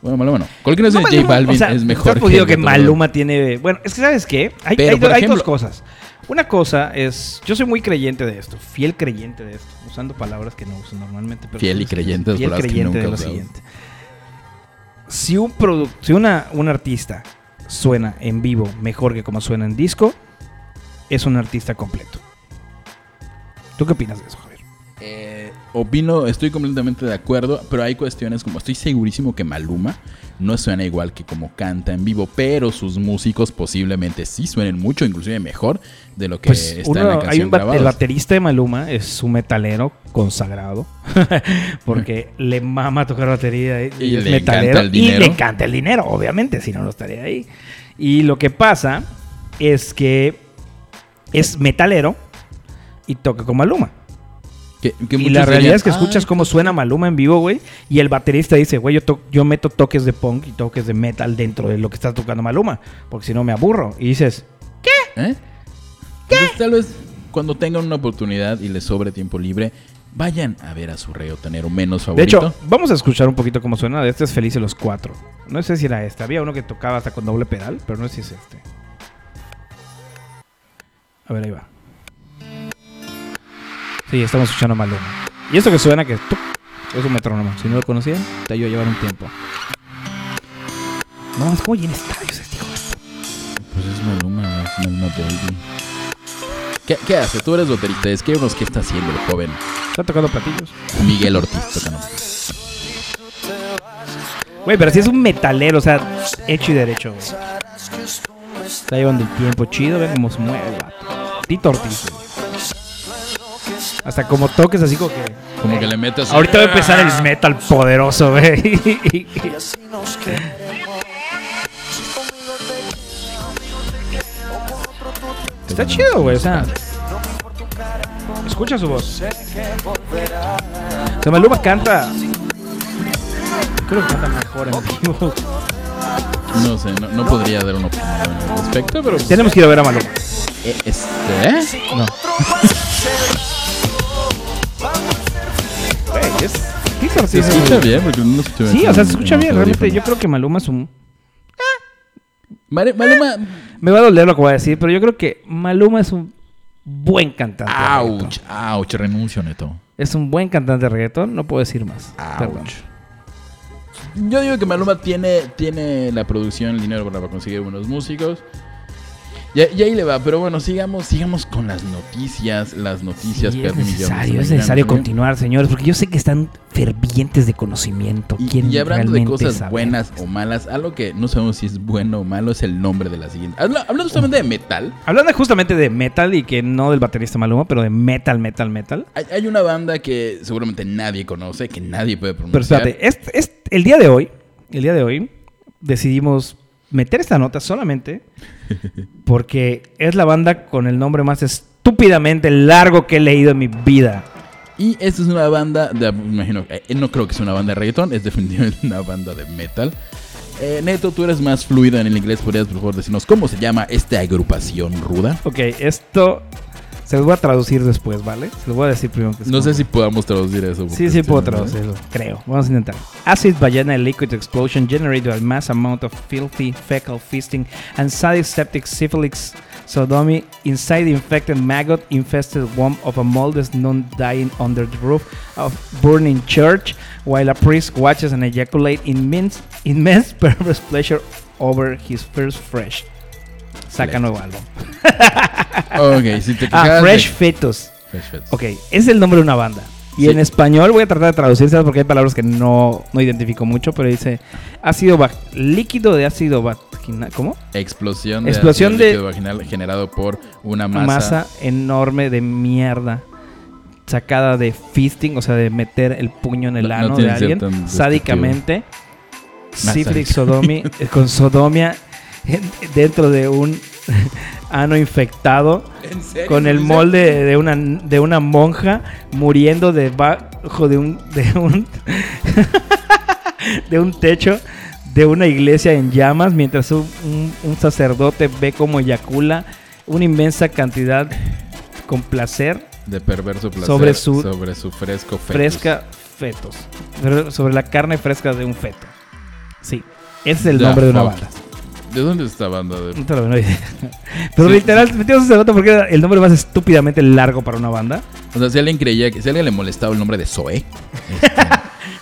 Bueno, Maluma no. Cualquier canción de J Balvin es mejor. Estás jodido el que, gato volador. Maluma tiene. Bueno, es que sabes qué? Hay, Pero, hay do- por hay dos ejemplo- cosas. Una cosa es. Yo soy muy creyente de esto, fiel creyente de esto, usando palabras que no uso normalmente. Pero Fiel y es- creyente, Fiel palabras que creyente nunca de lo usamos. siguiente. Si un producto, si una, un artista suena en vivo mejor que como suena en disco, es un artista completo. ¿Tú qué opinas de eso, Javier? Eh, opino, estoy completamente de acuerdo, pero hay cuestiones como estoy segurísimo que Maluma no suena igual que como canta en vivo, pero sus músicos posiblemente sí suenen mucho, inclusive mejor de lo que Pues está en uno- la hay canción un bate- el grabada. baterista de Maluma es un metalero consagrado porque le mama tocar batería y, Y es le encanta metalero el y dinero. le encanta el dinero, obviamente, si no no estaría ahí. Y lo que pasa es que es metalero y toca con Maluma. Que- que Y muchos la realidad dirían, es que escuchas "Ay, pues cómo suena Maluma en vivo, güey. Y el baterista dice, güey, yo, to- yo meto toques de punk y toques de metal dentro de lo que está tocando Maluma. Porque si no me aburro. Y dices, ¿eh? Entonces, tal vez cuando tengan una oportunidad y les sobre tiempo libre, vayan a ver a su reggaetonero menos De favorito. hecho, vamos a escuchar un poquito cómo suena. De este es Felices los Cuatro. No sé si era este. Había uno que tocaba hasta con doble pedal, pero no sé si es este. A ver, ahí va. Sí, estamos escuchando a Maluma. Y esto que suena que es, tuc, es un metrónomo. Si no lo conocían, te ayuda a llevar un tiempo. No, es como llena estadios este hijo de puta. Pues es Maluma, es Maluma Baby. ¿Qué, qué hace? Tú eres baterista, escríbenos qué está haciendo el joven Está tocando platillos. Miguel Ortiz. tocando. Güey, pero si es un metalero, o sea, hecho y derecho. güey. Está llevando el tiempo chido, ven cómo se mueve el vato. Tito Ortiz. güey. Hasta como toques así como que... Como que le metes. Ahorita va a empezar el metal poderoso, güey. Está chido, güey. O sea, escucha su voz. O sea, Maluma canta. Creo que canta mejor en vivo. No sé, no, no podría dar una opinión al respecto, pero. Tenemos que ir a ver a Maluma. Eh, ¿Este? No. ¿Qué Se ejercicio, escucha güey? bien, porque no escucha bien. Sí, o sea, se escucha bien. Realmente yo creo que Maluma es un... Maluma... Me va a doler lo que voy a decir, pero yo creo que Maluma es un buen cantante. de reggaetón. Ouch, ouch, renuncio, Neto. Es un buen cantante de reggaetón, no puedo decir más. Perdón. Yo digo que Maluma tiene, tiene la producción, el dinero para conseguir buenos músicos. Y, y ahí le va, pero bueno, sigamos, sigamos con las noticias, las noticias Sí, es Perry Millones. necesario, es necesario Gran- continuar, señores, porque yo sé que están fervientes de conocimiento. Quieren Y hablando de realmente cosas saber. buenas o malas, algo que no sabemos si es bueno o malo es el nombre de la siguiente. Habla- Hablando justamente de metal, Hablando justamente de metal y que no del baterista Maluma, pero de metal, metal, metal. hay, hay una banda que seguramente nadie conoce, que nadie puede Pero pronunciar. espérate, este- este- el día de hoy, el día de hoy, decidimos meter esta nota solamente porque es la banda con el nombre más estúpidamente largo que he leído en mi vida. Y esta es una banda, de, me imagino, eh, no creo que sea una banda de reggaetón, es definitivamente una banda de metal. Eh, Neto, tú eres más fluido en el inglés, podrías por favor decirnos cómo se llama esta agrupación ruda. Ok, esto se los voy a traducir después, ¿vale? Se los voy a decir primero. que es No como- sé si podamos traducir eso. porque Sí, sí, puedo ¿no? traducirlo. Creo. Vamos a intentar. Acid Vagina Liquid Explosion generated a mass amount of filthy fecal feasting and septic syphilis sodomy inside the infected maggot infested womb of a moldless nun dying under the roof of burning church while a priest watches and ejaculates immense, immense perverse pleasure over his first fresh. Saca nuevo álbum. Ok, si te Ah, fijas, Fresh eh, Fetus. Fresh Fetus. Ok, es el nombre de una banda. Y Sí. en español voy a tratar de traducirlas porque hay palabras que no, no identifico mucho, pero dice ácido vac- líquido de ácido vaginal. ¿Cómo? Explosión de Explosión ácido de- líquido vaginal generado por una Masa. masa. enorme de mierda sacada de fisting, o sea, de meter el puño en No- el no ano de tiene que ser tan alguien descriptivo. sádicamente. Más Sífilis sádico. sodomi, eh, con sodomia en- dentro de un ano infectado ¿En serio? con el ¿En serio? molde de una de una monja muriendo debajo de un de un de un techo de una iglesia en llamas mientras un, un- un sacerdote ve como eyacula una inmensa cantidad con placer De perverso placer Sobre su- sobre su fresco fetus. fresca fetos Pero sobre la carne fresca de un feto sí ese es el Ya, nombre de una fuck. banda ¿De dónde es esta banda? De... no tengo la menor idea. pero Sí. literal metimos ese dato porque era el nombre más estúpidamente largo para una banda O sea, si alguien creía que si alguien le molestaba el nombre de Zoe.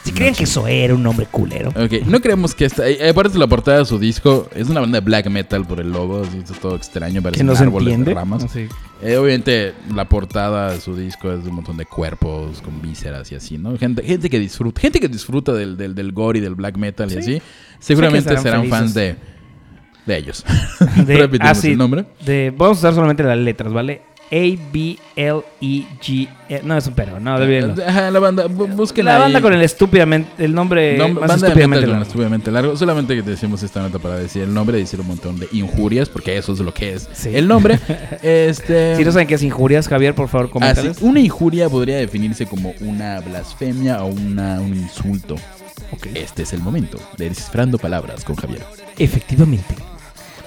si creían que eso era un nombre culero Ok, no creemos que esta. eh, Aparte de la portada de su disco, es una banda de black metal por el logo, así, esto es todo extraño, parece que no se árboles entiende de ramas. Sí. Eh, obviamente, la portada de su disco es de un montón de cuerpos con vísceras y así, ¿no? Gente, gente que disfruta, gente que disfruta del, del, del gore y del black metal y así, seguramente serán serán felices. fans de, de ellos. de ah, Repetimos acid- el nombre. de- vamos a usar solamente las letras, ¿vale? A, B, L, E, G. E. No, es un pero, no, olvídenlo. Ajá, la banda, bú- búsquenla La banda ahí. con el estúpidamente, el nombre Nom- más banda de metal estúpidamente con largo. estúpidamente largo. Solamente que te decimos esta nota para decir el nombre, decir un montón de injurias, porque eso es lo que es Sí. el nombre. este, Si no saben qué es injurias, Javier, por favor, así, coméntales. una injuria podría definirse como una blasfemia o una, un insulto. Este es el momento de descifrando palabras con Javier. Efectivamente.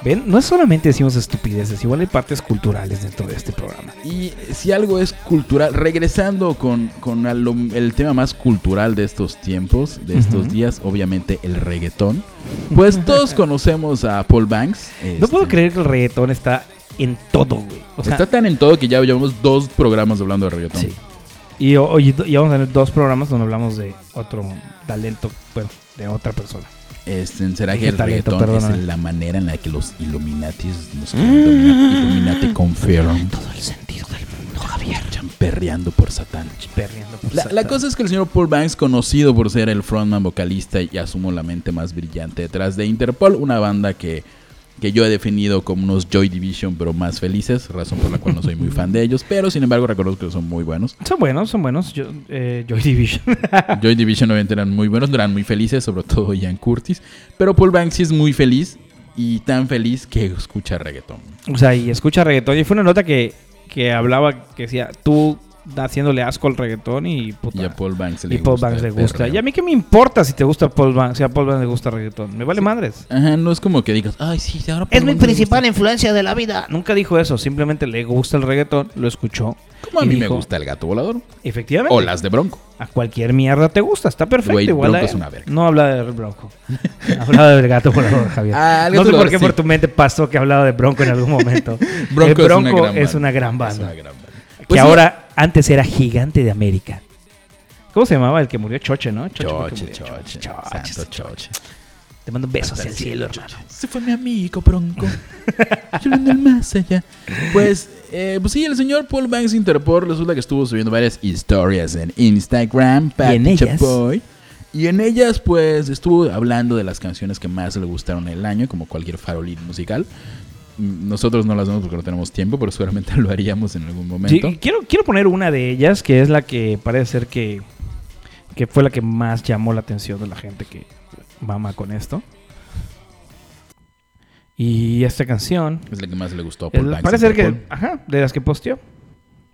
Ven, no es solamente decimos estupideces, igual hay partes culturales dentro de este programa. Y si algo es cultural, regresando con, con a lo- el tema más cultural de estos tiempos, de estos Ujú. días, obviamente el reggaetón. Pues todos conocemos a Paul Banks. No puedo este, creer que el reggaetón está en todo, güey. O sea, Está tan en todo que ya llevamos dos programas hablando de reggaetón. Sí. y, hoy y vamos a tener dos programas donde hablamos de otro talento, bueno, de otra persona. Este, ¿Será Dije que el talento, reggaetón perdóname. es la manera en la que los Illuminatis nos quieren Mm. dominar? Illuminati confirm. Todo el sentido del mundo, Javier. Perreando por Satán. Perreando por La, la Satán. cosa es que el señor Paul Banks, conocido por ser el frontman vocalista y asumo la mente más brillante detrás de Interpol, una banda que, que yo he definido como unos Joy Division pero más felices, razón por la cual no soy muy fan de ellos, pero sin embargo reconozco que son muy buenos. Son buenos, son buenos. Yo, eh, Joy Division. Joy Division obviamente eran muy buenos, no eran muy felices, sobre todo Ian Curtis. Pero Paul Banks sí es muy feliz y tan feliz que escucha reggaetón. O sea, y escucha reggaetón. Y fue una nota que, que hablaba, que decía, tú haciéndole asco al reggaetón y puta. Y a Paul Banks le Ah, Y Paul gusta Banks le el gusta. perreo. Y a mí qué me importa si te gusta Paul Banks, si a Paul Banks le gusta reggaetón. Me vale madres. Ajá, no es como que digas, ay, sí, ahora Paul Es mi Banks le principal gusta". influencia de la vida. Nunca dijo eso, simplemente le gusta el reggaetón, lo escuchó. Como a y mí me dijo, gusta el gato volador. Efectivamente. O las de Bronco. A cualquier mierda te gusta, está perfecto. Güey, igual Bronco a es él. una verga. No hablaba de Bronco. hablaba del gato volador, Javier. Ah, el no gato sé por volador, qué sí. por tu mente pasó que hablaba de Bronco en algún momento. Bronco es El una Bronco gran es banda. una gran banda. Es una gran banda. Que Pues sí. ahora, antes era gigante de América. ¿Cómo se llamaba el que murió? Choche, ¿no? fue el que Choche, murió. choche, Choche. santo choche. Te mando besos hacia el cielo, hermano. Se fue mi amigo Bronco. Yo en el más allá. Pues, eh, pues sí, el señor Paul Banks Interpol resulta que estuvo subiendo varias historias en Instagram. Pati en ellas. Chapoy. y en ellas, pues, estuvo hablando de las canciones que más le gustaron el año, como cualquier farolín musical. Mm, Nosotros no las vemos porque no tenemos tiempo, pero seguramente lo haríamos en algún Sí, momento. quiero, quiero poner una de ellas, que es la que parece ser que, que fue la que más llamó la atención de la gente que mama con esto. Y esta canción Es la que más le gustó a es Paul Banks. la- Eh, parece ser que, Interpol. ajá, de las que posteó.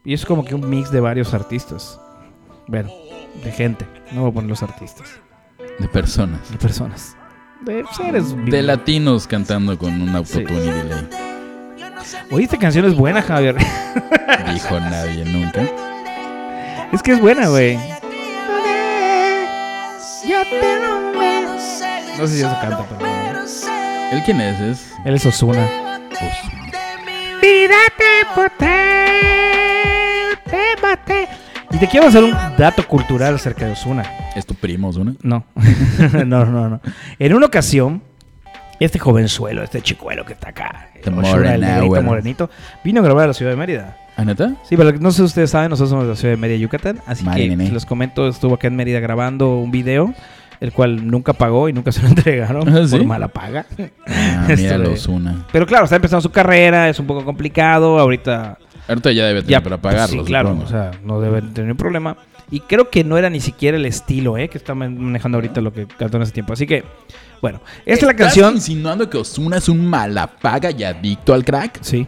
Y es como que un mix de varios artistas. Bueno, de gente. No voy a poner los artistas, De personas. de personas. De pues, seres De vivos. latinos cantando con un autotune y delay. Oye, esta canción es buena, Javier. Dijo nadie nunca. es que es buena, güey. No sé si eso canta, pero. ¿Él quién es? Es. Él es Osuna. Vida te boté, te maté. Y te quiero hacer un dato cultural acerca de Osuna. ¿Es tu primo, Ozuna? No. no, no, no. En una ocasión, este jovenzuelo, este chicuelo que está acá, The Ozuna, el Morenauer. negrito morenito, vino a grabar a la ciudad de Mérida. ¿Ah, neta? Sí, pero no sé si ustedes saben, nosotros somos de la ciudad de Mérida, Yucatán. Así Madre que nene. se los comento, estuvo acá en Mérida grabando un video, el cual nunca pagó y nunca se lo entregaron Ah, ¿sí? por mala paga. Ah, Esto mira, Este de- los una. Pero claro, está empezando su carrera, es un poco complicado. Ahorita pues, Ahorita ya debe tener para pagarlos. Sí, claro, supongo. o sea, no deben tener un problema. Y creo que no era ni siquiera el estilo, ¿eh? Que está man- manejando ahorita lo que cantó en ese tiempo. Así que, bueno, esta es la ¿Estás canción. insinuando que Osuna es un malapaga y adicto al crack? Sí.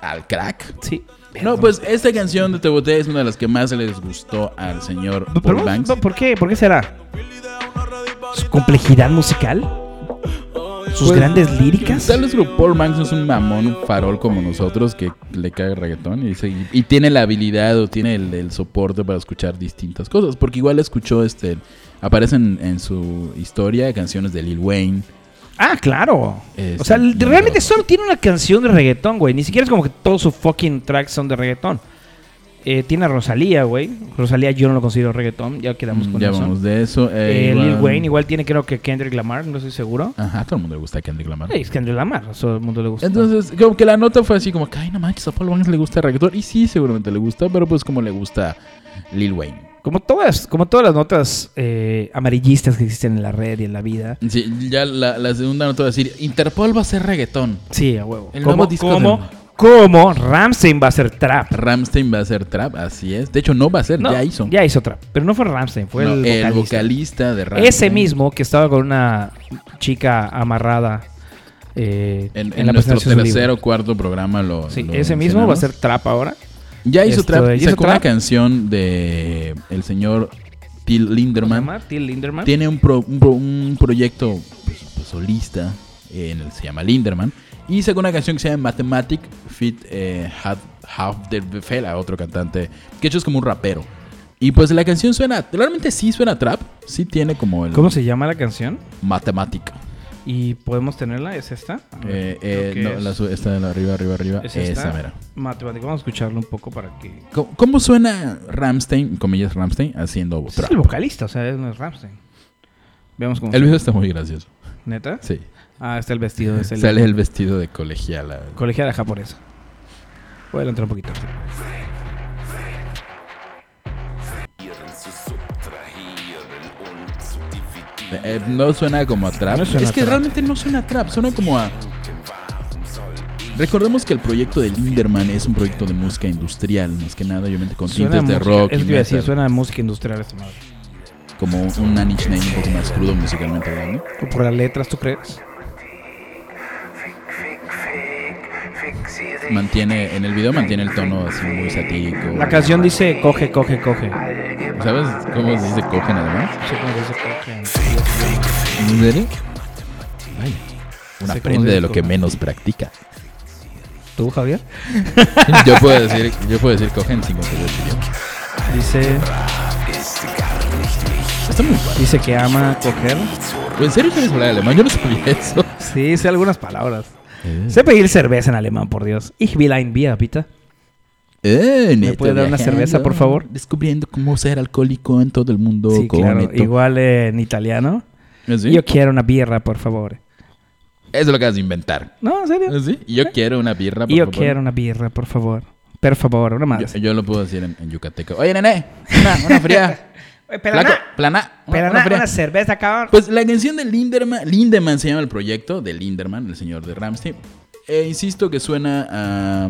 ¿Al crack? Sí. No, pues esta canción de Te Boté es una de las que más les gustó al señor Pero Paul vamos- Banks. ¿Por qué? ¿Por qué será? ¿Su complejidad musical? ¿Sus Pues, grandes líricas? Tal vez Paul Banks es un mamón, un farol como nosotros que le caga el reggaetón y, dice- y- y tiene la habilidad o tiene el, el soporte para escuchar distintas cosas. Porque igual escuchó este. Aparecen en su historia canciones de Lil Wayne. Ah, claro. eh, O sea, Sam Mendoza. realmente solo tiene una canción de reggaetón, güey. Ni siquiera es como que todos sus fucking tracks son de reggaetón. Eh, tiene a Rosalía, güey. Rosalía yo no lo considero reggaetón. Ya quedamos con Mm, Ya eso. vamos de eso. eh, Eh, Lil igual- Wayne igual tiene creo que Kendrick Lamar, no estoy seguro. Ajá, a todo el mundo le gusta Kendrick Lamar. Eh, es Kendrick Lamar, a todo el mundo le gusta. Entonces, como que la nota fue así como que, ay, no manches, a Paul Banks le gusta el reggaetón. Y sí, seguramente le gusta, pero pues como le gusta Lil Wayne. como todas, como todas las notas eh, amarillistas que existen en la red y en la vida. Sí, ya la, la segunda nota va a decir, Interpol va a ser reggaetón. Sí, a huevo. El como, nuevo disco como, del- como Ramstein va a ser trap. Ramstein va a ser trap, así es. De hecho, no va a ser, No, ya hizo. Ya hizo trap. Pero no fue Ramstein, fue No, el, vocalista. de Ramstein. Ese mismo que estaba con una chica amarrada eh, En, en la nuestro presentación de su tercer libro. o cuarto programa lo. Sí, lo ese mismo va a mencionamos. ser trap ahora. Ya hizo Esto, trap. ya hizo sacó una trap. canción de el señor Till Linderman. Lamar, Till Linderman. Tiene un, pro- un pro- un proyecto pues, pues, solista, eh, en el, se llama Linderman. Y sacó una canción que se llama Mathematic Fit eh, Half the Fela, otro cantante, que de hecho es como un rapero. Y pues la canción suena, realmente sí suena trap, sí tiene como el ¿Cómo se llama la canción? matemática. Y podemos tenerla, ¿es esta? A ver, Eh, creo eh, que no, es- la su- esta de la arriba, arriba, arriba, ¿es esa esta? mera. Matemática, vamos a escucharlo un poco para que. ¿Cómo, cómo suena Ramstein, comillas Ramstein, haciendo Ese trap? Es el vocalista, o sea, es- no es Ramstein. Veamos cómo. El video está muy gracioso. ¿Neta? Sí. Ah, está el vestido. Es el Sale el vestido de colegiala. Colegiada japonesa. Voy a adelantar un poquito. Eh, no suena como a trap. No suena es que a trap. realmente no suena a trap, suena como a. Recordemos que el proyecto de Linderman es un proyecto de música industrial, más que nada, obviamente con tintes de música- rock. es y lo que iba a decir, metal, suena a música industrial esta madre. Como un Nanny Name un poco más crudo musicalmente hablando. ¿O por las letras, tú crees? mantiene, en el video mantiene el tono así muy satírico. La canción dice coge, coge, coge. ¿Sabes cómo se dice cogen además? Sí, como dice coge. ¿En serio? Vaya, Uno Sé cómo aprende se de lo dice que menos practica. ¿Tú, Javier? Yo puedo decir, yo puedo decir cogen 58 idiomas. Dice. Dice que ama coger. ¿En serio quieres hablar alemán? Yo no sabía eso. Sí, sé algunas palabras. Sé pedir cerveza en alemán, por Dios. Ich will ein Bier, bitte. Eh, ¿Me puede dar una cerveza, por favor? Descubriendo cómo ser alcohólico en todo el mundo. Sí, con claro. esto. ¿Ah, Igual eh, en italiano. Oh, ¿Sí? Yo quiero una birra, por favor. Eso lo acabas de inventar. ¿Ah, No, en serio. ¿Sí? Yo quiero una birra. por Yo favor. quiero una birra, por favor. Por favor, una más. Yo, yo lo puedo decir en, en yucateco. Oye, nene, una, una fría. Pero Flaco, na- plana. una- pero una na- fría. una cerveza, cabrón. Pues la canción de Linderman, Lindemann se llama el proyecto, de Linderman, el señor de Ramstein. E insisto que suena a.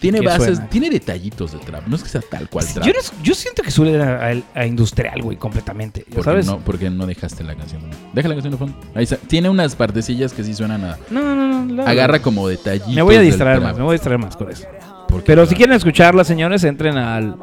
Tiene ¿Qué bases, suena? tiene detallitos de trap. No es que sea tal cual trap. Yo, no- yo siento que suele a, a- a industrial, güey, completamente. porque ¿Sabes? No, porque no dejaste la canción. Deja la canción de fondo. Ahí está. Tiene unas partecillas que sí suenan a. No, no, no, no, la- Agarra como detallitos. Ah. Me voy a del distraer trap. más, me voy a distraer más con eso. Porque Pero si quieren escucharla, señores, entren al.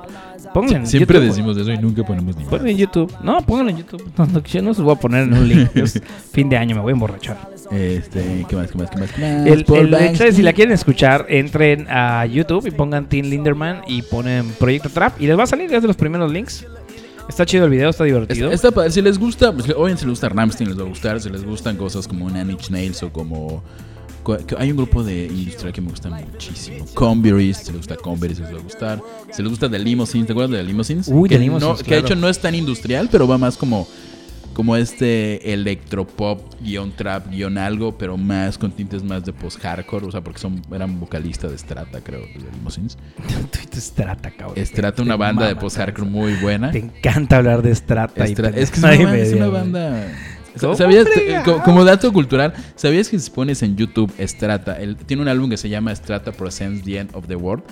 Pongan en Siempre YouTube, decimos eso y nunca ponemos ni. güey. Pongan en YouTube. No, pónganlo en YouTube. No, no, yo no se los voy a poner en un link. Es fin de año, me voy a emborrachar. Este, ¿qué más? ¿Qué más? ¿Qué más? ¿Qué más? El, Paul el hecho de Banks. si la quieren escuchar, entren a YouTube y pongan Tim Linderman y ponen Proyecto Trap. Y les va a salir desde los primeros links. Está chido el video, está divertido. Está padre. Si les gusta, pues, obviamente si les gusta Ramstein, les va a gustar. Si les gustan cosas como Nine Inch Nails o como. co- que Hay un grupo de industrial que me gusta muchísimo. Converies, si les gusta Converies, les va a gustar. Si les gusta The Limousines, ¿te acuerdas de The Limousines? Uy, que The Limousines, no- Que de claro. hecho no es tan industrial, pero va más como. Como este electropop, guión trap, guión algo, pero más con tintes más de post-hardcore, o sea, porque son, eran vocalistas de Strata, creo, los de Limousines. Este Strata, cabrón. Strata, una Te banda de mamas, post-hardcore muy buena. Te encanta hablar de Strata. y Estra- es que es pendejada una, y banda- es media, una güey. banda. Oh, ¿Cómo ¿Sabías, Eh, fregado? co- como, dato cultural, ¿sabías que si pones en YouTube Strata? él tiene un álbum que se llama Strata Presents the End of the World.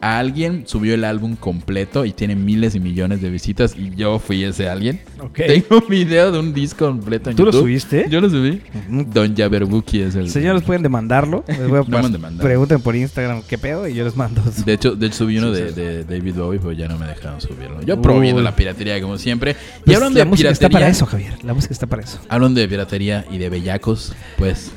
Alguien subió el álbum completo y tiene miles y millones de visitas y yo fui ese alguien. Ok. Tengo un video de un disco completo en ¿Tú lo YouTube. subiste? Mm, Yo lo subí. Don Jaberbuki es el... Señores, pueden demandarlo. Les voy a No pas- me han demandado. Pregunten por Instagram qué pedo y yo les mando. su- De hecho, de hecho subí uno pues, Sí, de, de sí. David Bowie, pero ya no me dejaron subirlo. Yo Uy. promoviendo la piratería como siempre. y Pues hablan la de música piratería. está para eso, Javier. La música está para eso. Hablan de piratería y de bellacos, pues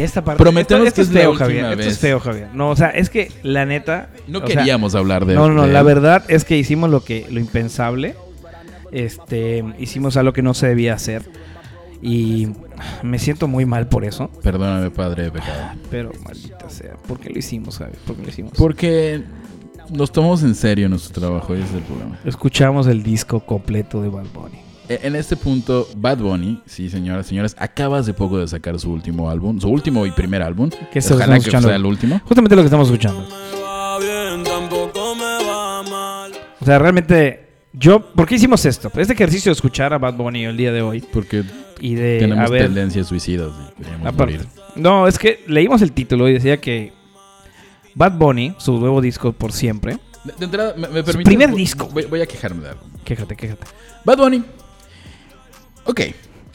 Esta parte, Prometemos esto, que esto es es la feo, última Javier. Esto vez. es feo, Javier. No, o sea, es que la neta. No o sea, queríamos hablar de No, no, de la él. verdad es que hicimos lo que lo impensable. Este, hicimos algo que no se debía hacer y me siento muy mal por eso, Perdóname, padre de pecado. pero maldita sea, ¿por qué lo hicimos, Javier? ¿Por qué lo hicimos? Porque nos tomamos en serio nuestro trabajo, ese es el problema. Escuchamos el disco completo de Bad Bunny. E- En este punto, Bad Bunny, sí, señoras y señores, acaba hace poco de sacar su último álbum, su último y primer álbum. Que es lo que Ojalá estamos que escuchando. sea el último. Justamente lo que estamos escuchando. O sea, realmente yo, ¿por qué hicimos esto? Este ejercicio de escuchar a Bad Bunny el día de hoy Porque y de tenemos Eh, a ver, tendencias suicidas y queremos Aparte. morir. No, es que leímos el título y decía que Bad Bunny, su nuevo disco por siempre. De, de entrada, me, me Su permites? primer Voy- disco. Voy, voy a quejarme de algo. Quéjate, quéjate. Bad Bunny. Ok,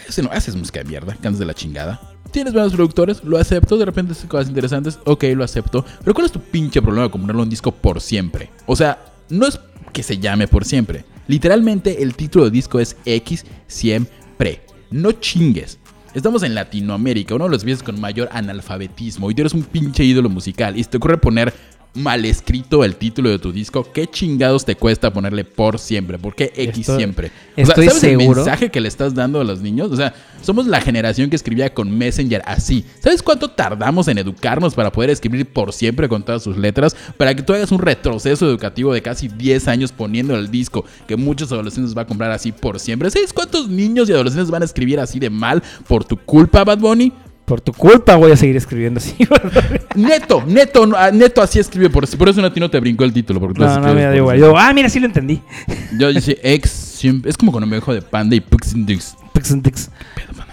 ese no, haces música de mierda, cantas de la chingada. Tienes buenos productores, lo acepto, de repente hacen cosas interesantes, ok, lo acepto. Pero ¿cuál es tu pinche problema con ponerle un disco por siempre? O sea, no es que se llame por siempre. Literalmente el título del disco es X siempre. No chingues. Estamos en Latinoamérica, uno de los países con mayor analfabetismo y tú eres un pinche ídolo musical y se te ocurre poner mal escrito el título de tu disco, ¿qué chingados te cuesta ponerle por siempre? ¿Por qué X Estoy- siempre? estoy ¿sabes el seguro- mensaje mensaje que le estás dando a los niños? O sea, somos la generación que escribía con Messenger así. ¿Sabes cuánto tardamos en educarnos para poder escribir por siempre con todas sus letras? Para que tú hagas un retroceso educativo de casi 10 años poniendo el disco que muchos adolescentes va a comprar así por siempre. ¿Sabes cuántos niños y adolescentes van a escribir así de mal por tu culpa, Bad Bunny? Por tu culpa voy a seguir escribiendo así. Neto, neto, no, ah, neto así escribe por, por eso a ti no te brincó el título. Porque tú no, así no me da escribes por igual. Yo, ah, mira, sí lo entendí. siempre. Yo dije, ex, siempre- es como cuando me dejo de panda y puxindix. Pixentix.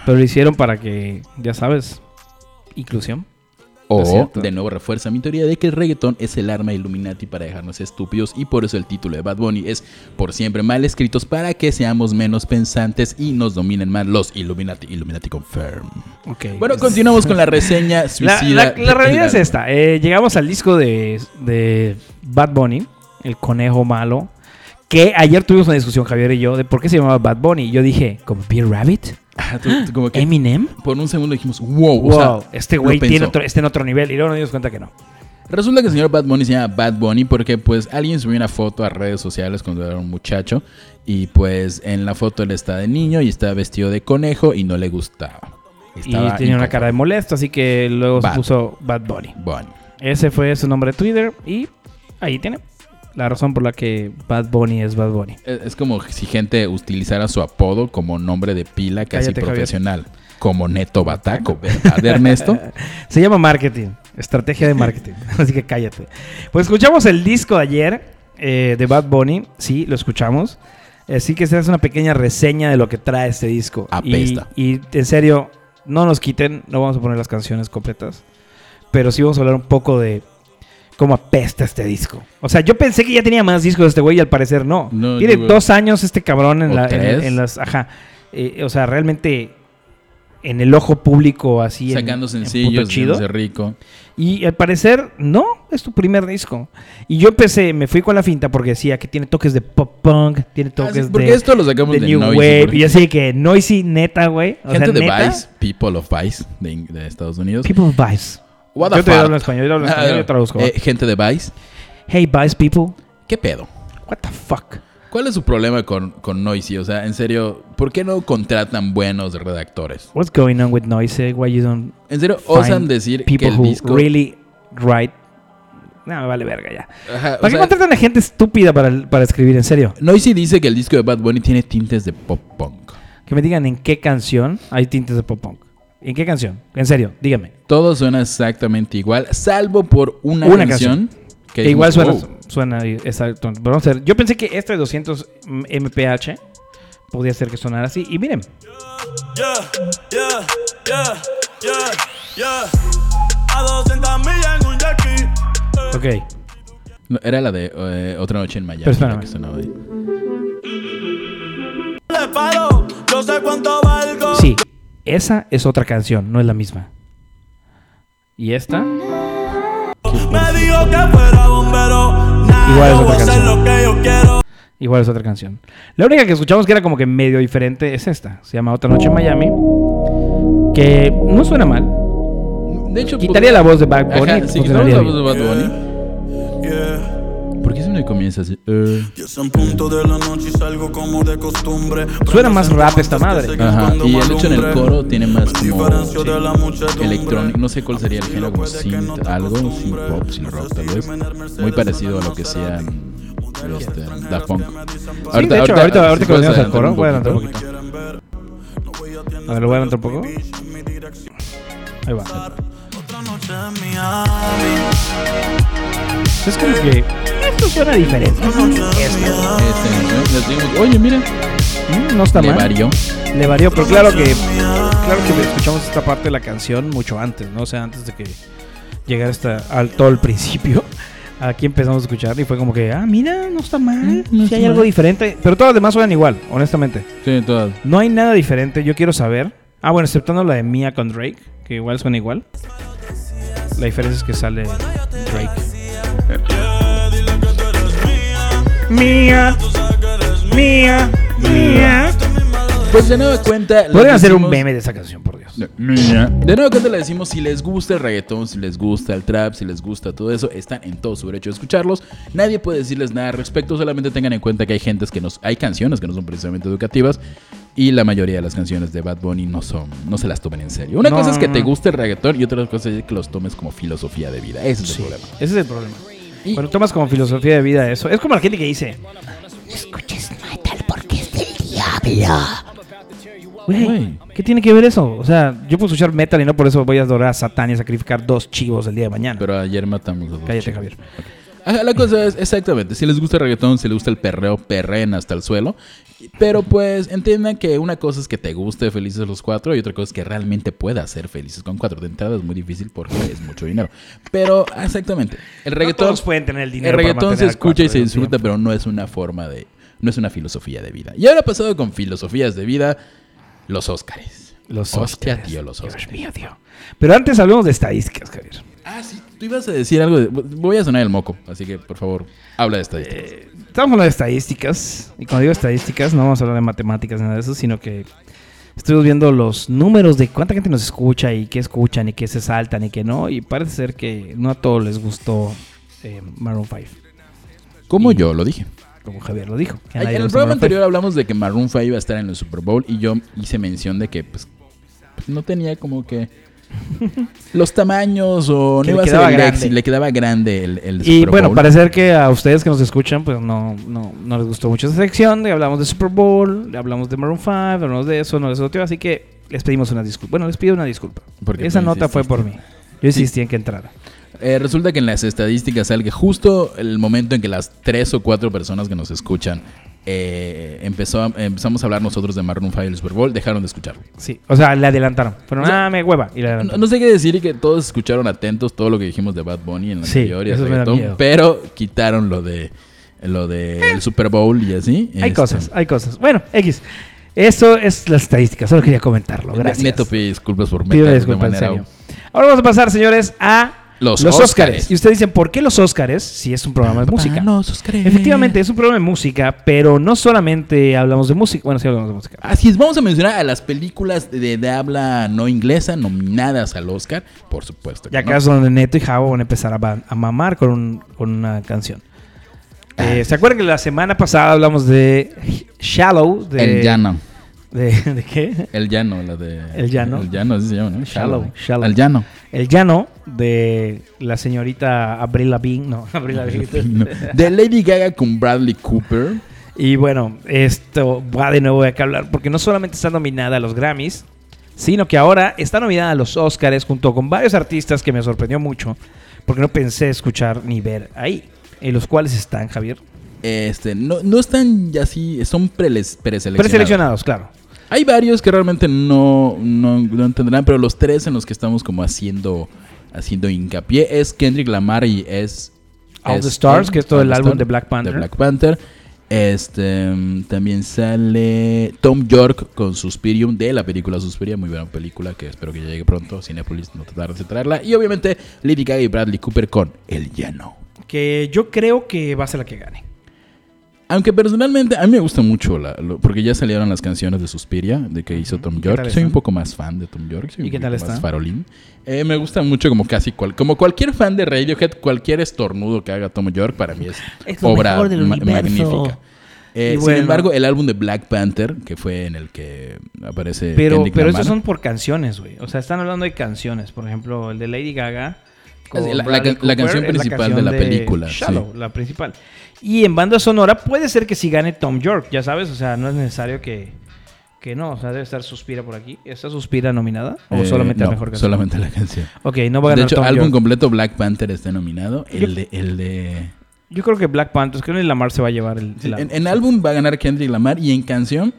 Pero lo hicieron para que, ya sabes, inclusión. Es O, cierto. de nuevo, refuerza mi teoría de que el reggaetón es el arma Illuminati para dejarnos estúpidos y por eso el título de Bad Bunny es Por siempre mal escritos para que seamos menos pensantes y nos dominen más los Illuminati. Illuminati confirm. Bueno, continuamos con la reseña La, suicida. la- la realidad es esta. Eh, llegamos al disco de, de Bad Bunny, el conejo malo. Que ayer tuvimos una discusión, Javier y yo, de por qué se llamaba Bad Bunny. Yo dije, ¿como Peter Rabbit? Ah, tú- tú como que- ¿Eminem? Por un segundo dijimos, wow, o Wow, sea, este lo güey tiene pensó. otro- está en otro nivel. Y luego nos dimos cuenta que no. Resulta que el señor Bad Bunny se llama Bad Bunny porque pues alguien subió una foto a redes sociales cuando era un muchacho y pues en la foto él está de niño y está vestido de conejo y no le gustaba. y tenía una cara de molesto, así que luego Bad. se puso Bad Bunny. Bunny. Ese fue su nombre de Twitter y ahí tiene la razón por la que Bad Bunny es Bad Bunny. Es es como si gente utilizara su apodo como nombre de pila casi Cállate, Javier. profesional. Como Neto Bataco, ¿verdad, Ernesto? Se llama marketing, estrategia de marketing. Así que cállate. Pues escuchamos el disco de ayer eh, de Bad Bunny. Sí, lo escuchamos. Así que esta es una pequeña reseña de lo que trae este disco. Ah, Apesta. Y, y en serio, no nos quiten, no vamos a poner las canciones completas. Pero sí vamos a hablar un poco de cómo apesta este disco. O sea, yo pensé que ya tenía más discos de este güey y al parecer no. No, Tiene yo- dos años este cabrón en, ¿O la- en- tres? en las... Ajá. Eh, o sea, realmente en el ojo público así. en- Sacando en punto sencillos, chido. de rico. Y al parecer, no, es tu primer disco. Y yo empecé, me fui con la finta porque decía que tiene toques de pop punk, tiene toques Ah, porque de. esto lo sacamos de New Noisy, Wave. por Y así que Noisy, neta, güey. O Gente sea, de neta. Vice, People of Vice de, In- de Estados Unidos. People of Vice. What yo the te fuck? hablo en español, yo hablo en español, Ah, yo traduzco. eh, gente de Vice. hey, Vice people. ¿Qué pedo? What the fuck? ¿Cuál es su problema con, con Noisy? O sea, en serio, ¿por qué no contratan buenos redactores? What's going on with Noisy? Why you don't. En serio, find osan decir que people el who disco- really write. No, me vale verga ya. Ajá, Ah, o ¿Para qué sea- contratan a gente estúpida para, para escribir, en serio? Noisy dice que el disco de Bad Bunny tiene tintes de pop punk. Que me digan en qué canción hay tintes de pop punk. ¿En qué canción? En serio, dígame. Todo suena exactamente igual, salvo por una, canción. Que, dijimos, igual suena, "Wow". suena exacto. Pero vamos a ver, Yo pensé que este de 200 MPH podía ser que sonara así. Y miren, Yeah, yeah, yeah, yeah, yeah. A 200 millas en un yaqui. Eh, ok. No, era la de eh, Otra Noche en Miami. Pero espérame. la que sonaba ahí. Le paro, yo sé cuánto valgo. Sí, esa es otra canción, no es la misma. ¿Y esta? Me dijo que fuera bombero. Nah, Igual es yo voy otra a hacer canción. lo que yo quiero. Igual es otra canción. La única que escuchamos que era como que medio diferente es esta. Se llama Otra Noche en Miami. Que no suena mal. De hecho, Quitaría la voz de Bad Bunny, Ajá, sí, quitamos funcionaría la bien. voz de Bad Bunny. ¿Por qué siempre comienza así? Eh, Punto de la noche y salgo como de costumbre. Suena más rap esta madre. Ajá. Y el hecho en el coro tiene más como sí, electrónico. No sé cuál sería el género, como synth, algo, sin pop, sin rock, tal vez. Muy parecido a lo que sea este, Da Punk. Sí, de hecho, ahorita, ahorita sí que puedes volvemos al adelantar coro, un voy a adelantar un poquito. poquito. A ver, lo voy a adelantar un poco. Ahí va. Es como que esto suena diferente. Este, ¿no? Les digo, Oye, mira. Mm, No está Le mal. varió. Le varió, pero claro que claro que escuchamos esta parte de la canción mucho antes, ¿no? O sea, antes de que llegara hasta al todo el principio. Aquí empezamos a escuchar y fue como que, ah, mira, Mm, no está mal. si hay algo diferente. Pero todas las demás suenan igual, honestamente. Sí, todas. No hay nada diferente, yo quiero saber. Ah, bueno, exceptando la de Mia con Drake, que igual suena igual. La diferencia es que sale Drake. Mía, mía, mía. Pues de nueva cuenta. les Podrían hacer un decimos- meme de esa canción, por Dios. De nuevo cuenta le decimos si les gusta el reggaetón, si les gusta el trap, si les gusta todo eso, están en todo su derecho de escucharlos. Nadie puede decirles nada al respecto, solamente tengan en cuenta que hay gentes que nos, hay canciones que no son precisamente educativas y la mayoría de las canciones de Bad Bunny no son, no se las tomen en serio. Una No, cosa es que no, te no. guste el reggaetón y otra cosa es que los tomes como filosofía de vida. Ese es el problema. Ese es el problema. Cuando tomas como filosofía de vida eso, es como la gente que dice, escuches metal porque es del diablo. Güey, ¿qué tiene que ver eso? O sea, yo puedo escuchar metal y no por eso voy a adorar a Satán y a sacrificar dos chivos el día de mañana. Pero ayer matamos a dos Cállate, chicos. Javier. Ajá, la cosa es, exactamente, si les gusta el reggaetón, si les gusta el perreo, perreen hasta el suelo. Pero pues entiendan que una cosa es que te guste Felices los Cuatro y otra cosa es que realmente puedas ser felices con cuatro. De entrada es muy difícil porque es mucho dinero. Pero exactamente, el reggaetón, todos pueden tener el dinero para reggaetón se mantener a escucha cuatro y se al disfruta, pero no es una forma de, no es una filosofía de vida. Y ahora pasado con filosofías de vida, los Óscares. Los Hostia, Óscares. tío, los Óscares. Pero antes hablemos de estadísticas, Javier. Ah, sí, tú ibas a decir algo. de- voy a sonar el moco, así que por favor, habla de Eh, estadísticas. Estamos hablando de estadísticas. Y cuando digo estadísticas, no vamos a hablar de matemáticas, nada de eso, sino que estuvimos viendo los números de cuánta gente nos escucha y qué escuchan y qué se saltan y qué no. Y parece ser que no a todos les gustó eh, Maroon 5. Como yo lo dije. Como Javier lo dijo. que a Ay, nadie en le el gusta programa Maroon 5. anterior hablamos de que Maroon 5 iba a estar en el Super Bowl y yo hice mención de que pues, pues, no tenía como que los tamaños o Que no iba le a ser quedaba el grande. éxito, le quedaba grande el, el Y Super bueno, Bowl. parece ser que a ustedes que nos escuchan, pues no, no, no les gustó mucho esa sección. Le hablamos de Super Bowl, le hablamos de Maroon 5, hablamos de eso, no les gustó. Así que les pedimos una disculpa. Bueno, les pido una disculpa. Porque Esa tú nota fue por mí. insististe. Yo insistí en que entrara. Eh, resulta que en las estadísticas sale que justo el momento en que las tres o cuatro personas que nos escuchan eh, empezó a- empezamos a hablar nosotros de Maroon 5 y el Super Bowl, dejaron de escucharlo. Sí, o sea, le adelantaron. Fueron, O sea, ah, me hueva. Y le No, adelantaron. no sé qué decir y que todos escucharon atentos todo lo que dijimos de Bad Bunny en la Sí, anterior y el eso me da reggaetón, miedo. pero quitaron lo de lo de el Super Bowl y así. hay este, cosas, hay cosas. Bueno, X. Eso es las estadísticas. Solo quería comentarlo. me- Gracias. Me topé disculpas por Pido meter de disculpas, en manera- serio. Ahora vamos a pasar, señores, a Los Óscares. Óscares. Y ustedes dicen, ¿por qué los Óscares si es un programa de música? Efectivamente, es un programa de música, pero no solamente hablamos de música. Bueno, sí hablamos de música. Así es, vamos a mencionar a las películas de, de habla no inglesa nominadas al Oscar, por supuesto. que Ya no. acá es donde Neto y Javo van a empezar a, ba- a mamar con, un- con una canción. Ah. Eh, ¿Se acuerdan que la semana pasada hablamos de Shallow? De, El llano. De, ¿de qué? El llano, la de. El llano. El llano, así se llama, ¿no? Shallow. Shallow. El llano. El llano de la señorita Abril Lavigne. No, Abril Lavigne. No. De Lady Gaga con Bradley Cooper. Y bueno, esto va de nuevo a que hablar, porque no solamente está nominada a los Grammys, sino que ahora está nominada a los Oscars junto con varios artistas que me sorprendió mucho, porque no pensé escuchar ni ver ahí, en los cuales están, Javier. Este, no, no están así, son preles- preseleccionados. Preseleccionados, claro. Hay varios que realmente no, no, no entenderán, pero los tres en los que estamos como haciendo, haciendo hincapié es Kendrick Lamar y es... All the es- Stars, que es todo All el the álbum Stars, de Black Panther. de Black Panther. Este, mm, también sale Tom York con Suspirium de la película Suspiria, muy buena película que espero que ya llegue pronto. Cinepolis no tardes de traerla. Y obviamente Lady Gaga y Bradley Cooper con El Llano. Que yo creo que va a ser la que gane. Aunque personalmente a mí me gusta mucho, la, lo- porque ya salieron las canciones de Suspiria, de que hizo Tom ¿Qué York. tal Soy un están? poco más fan de Tom York. soy ¿Y un qué tal poquito más están? farolín. Eh, me gusta mucho como casi cual, como cualquier fan de Radiohead, cualquier estornudo que haga Tom York para mí es, Es lo obra mejor del ma- universo. magnífica. Eh, Y Sin bueno. embargo, el álbum de Black Panther, que fue en el que aparece Pero, Kendrick pero Lamar. estos son por canciones, güey. O sea, están hablando de canciones. Por ejemplo, el de Lady Gaga. con La- la can- Bradley la Cooper canción es principal de la película, Shallow, la principal. Y en banda sonora puede ser que sí gane Tom York, ya sabes. O sea, no es necesario que, que no. O sea, debe estar Suspira por aquí. ¿Está Suspira nominada? ¿O Eh, solamente la no, mejor canción? Solamente la canción. Ok, no va a De ganar hecho, Tom álbum York. completo Black Panther está nominado. Yo- El de, el de Yo creo que Black Panther, creo que Lamar se va a llevar el. Sí, la- en, en álbum va a ganar Kendrick Lamar y en canción,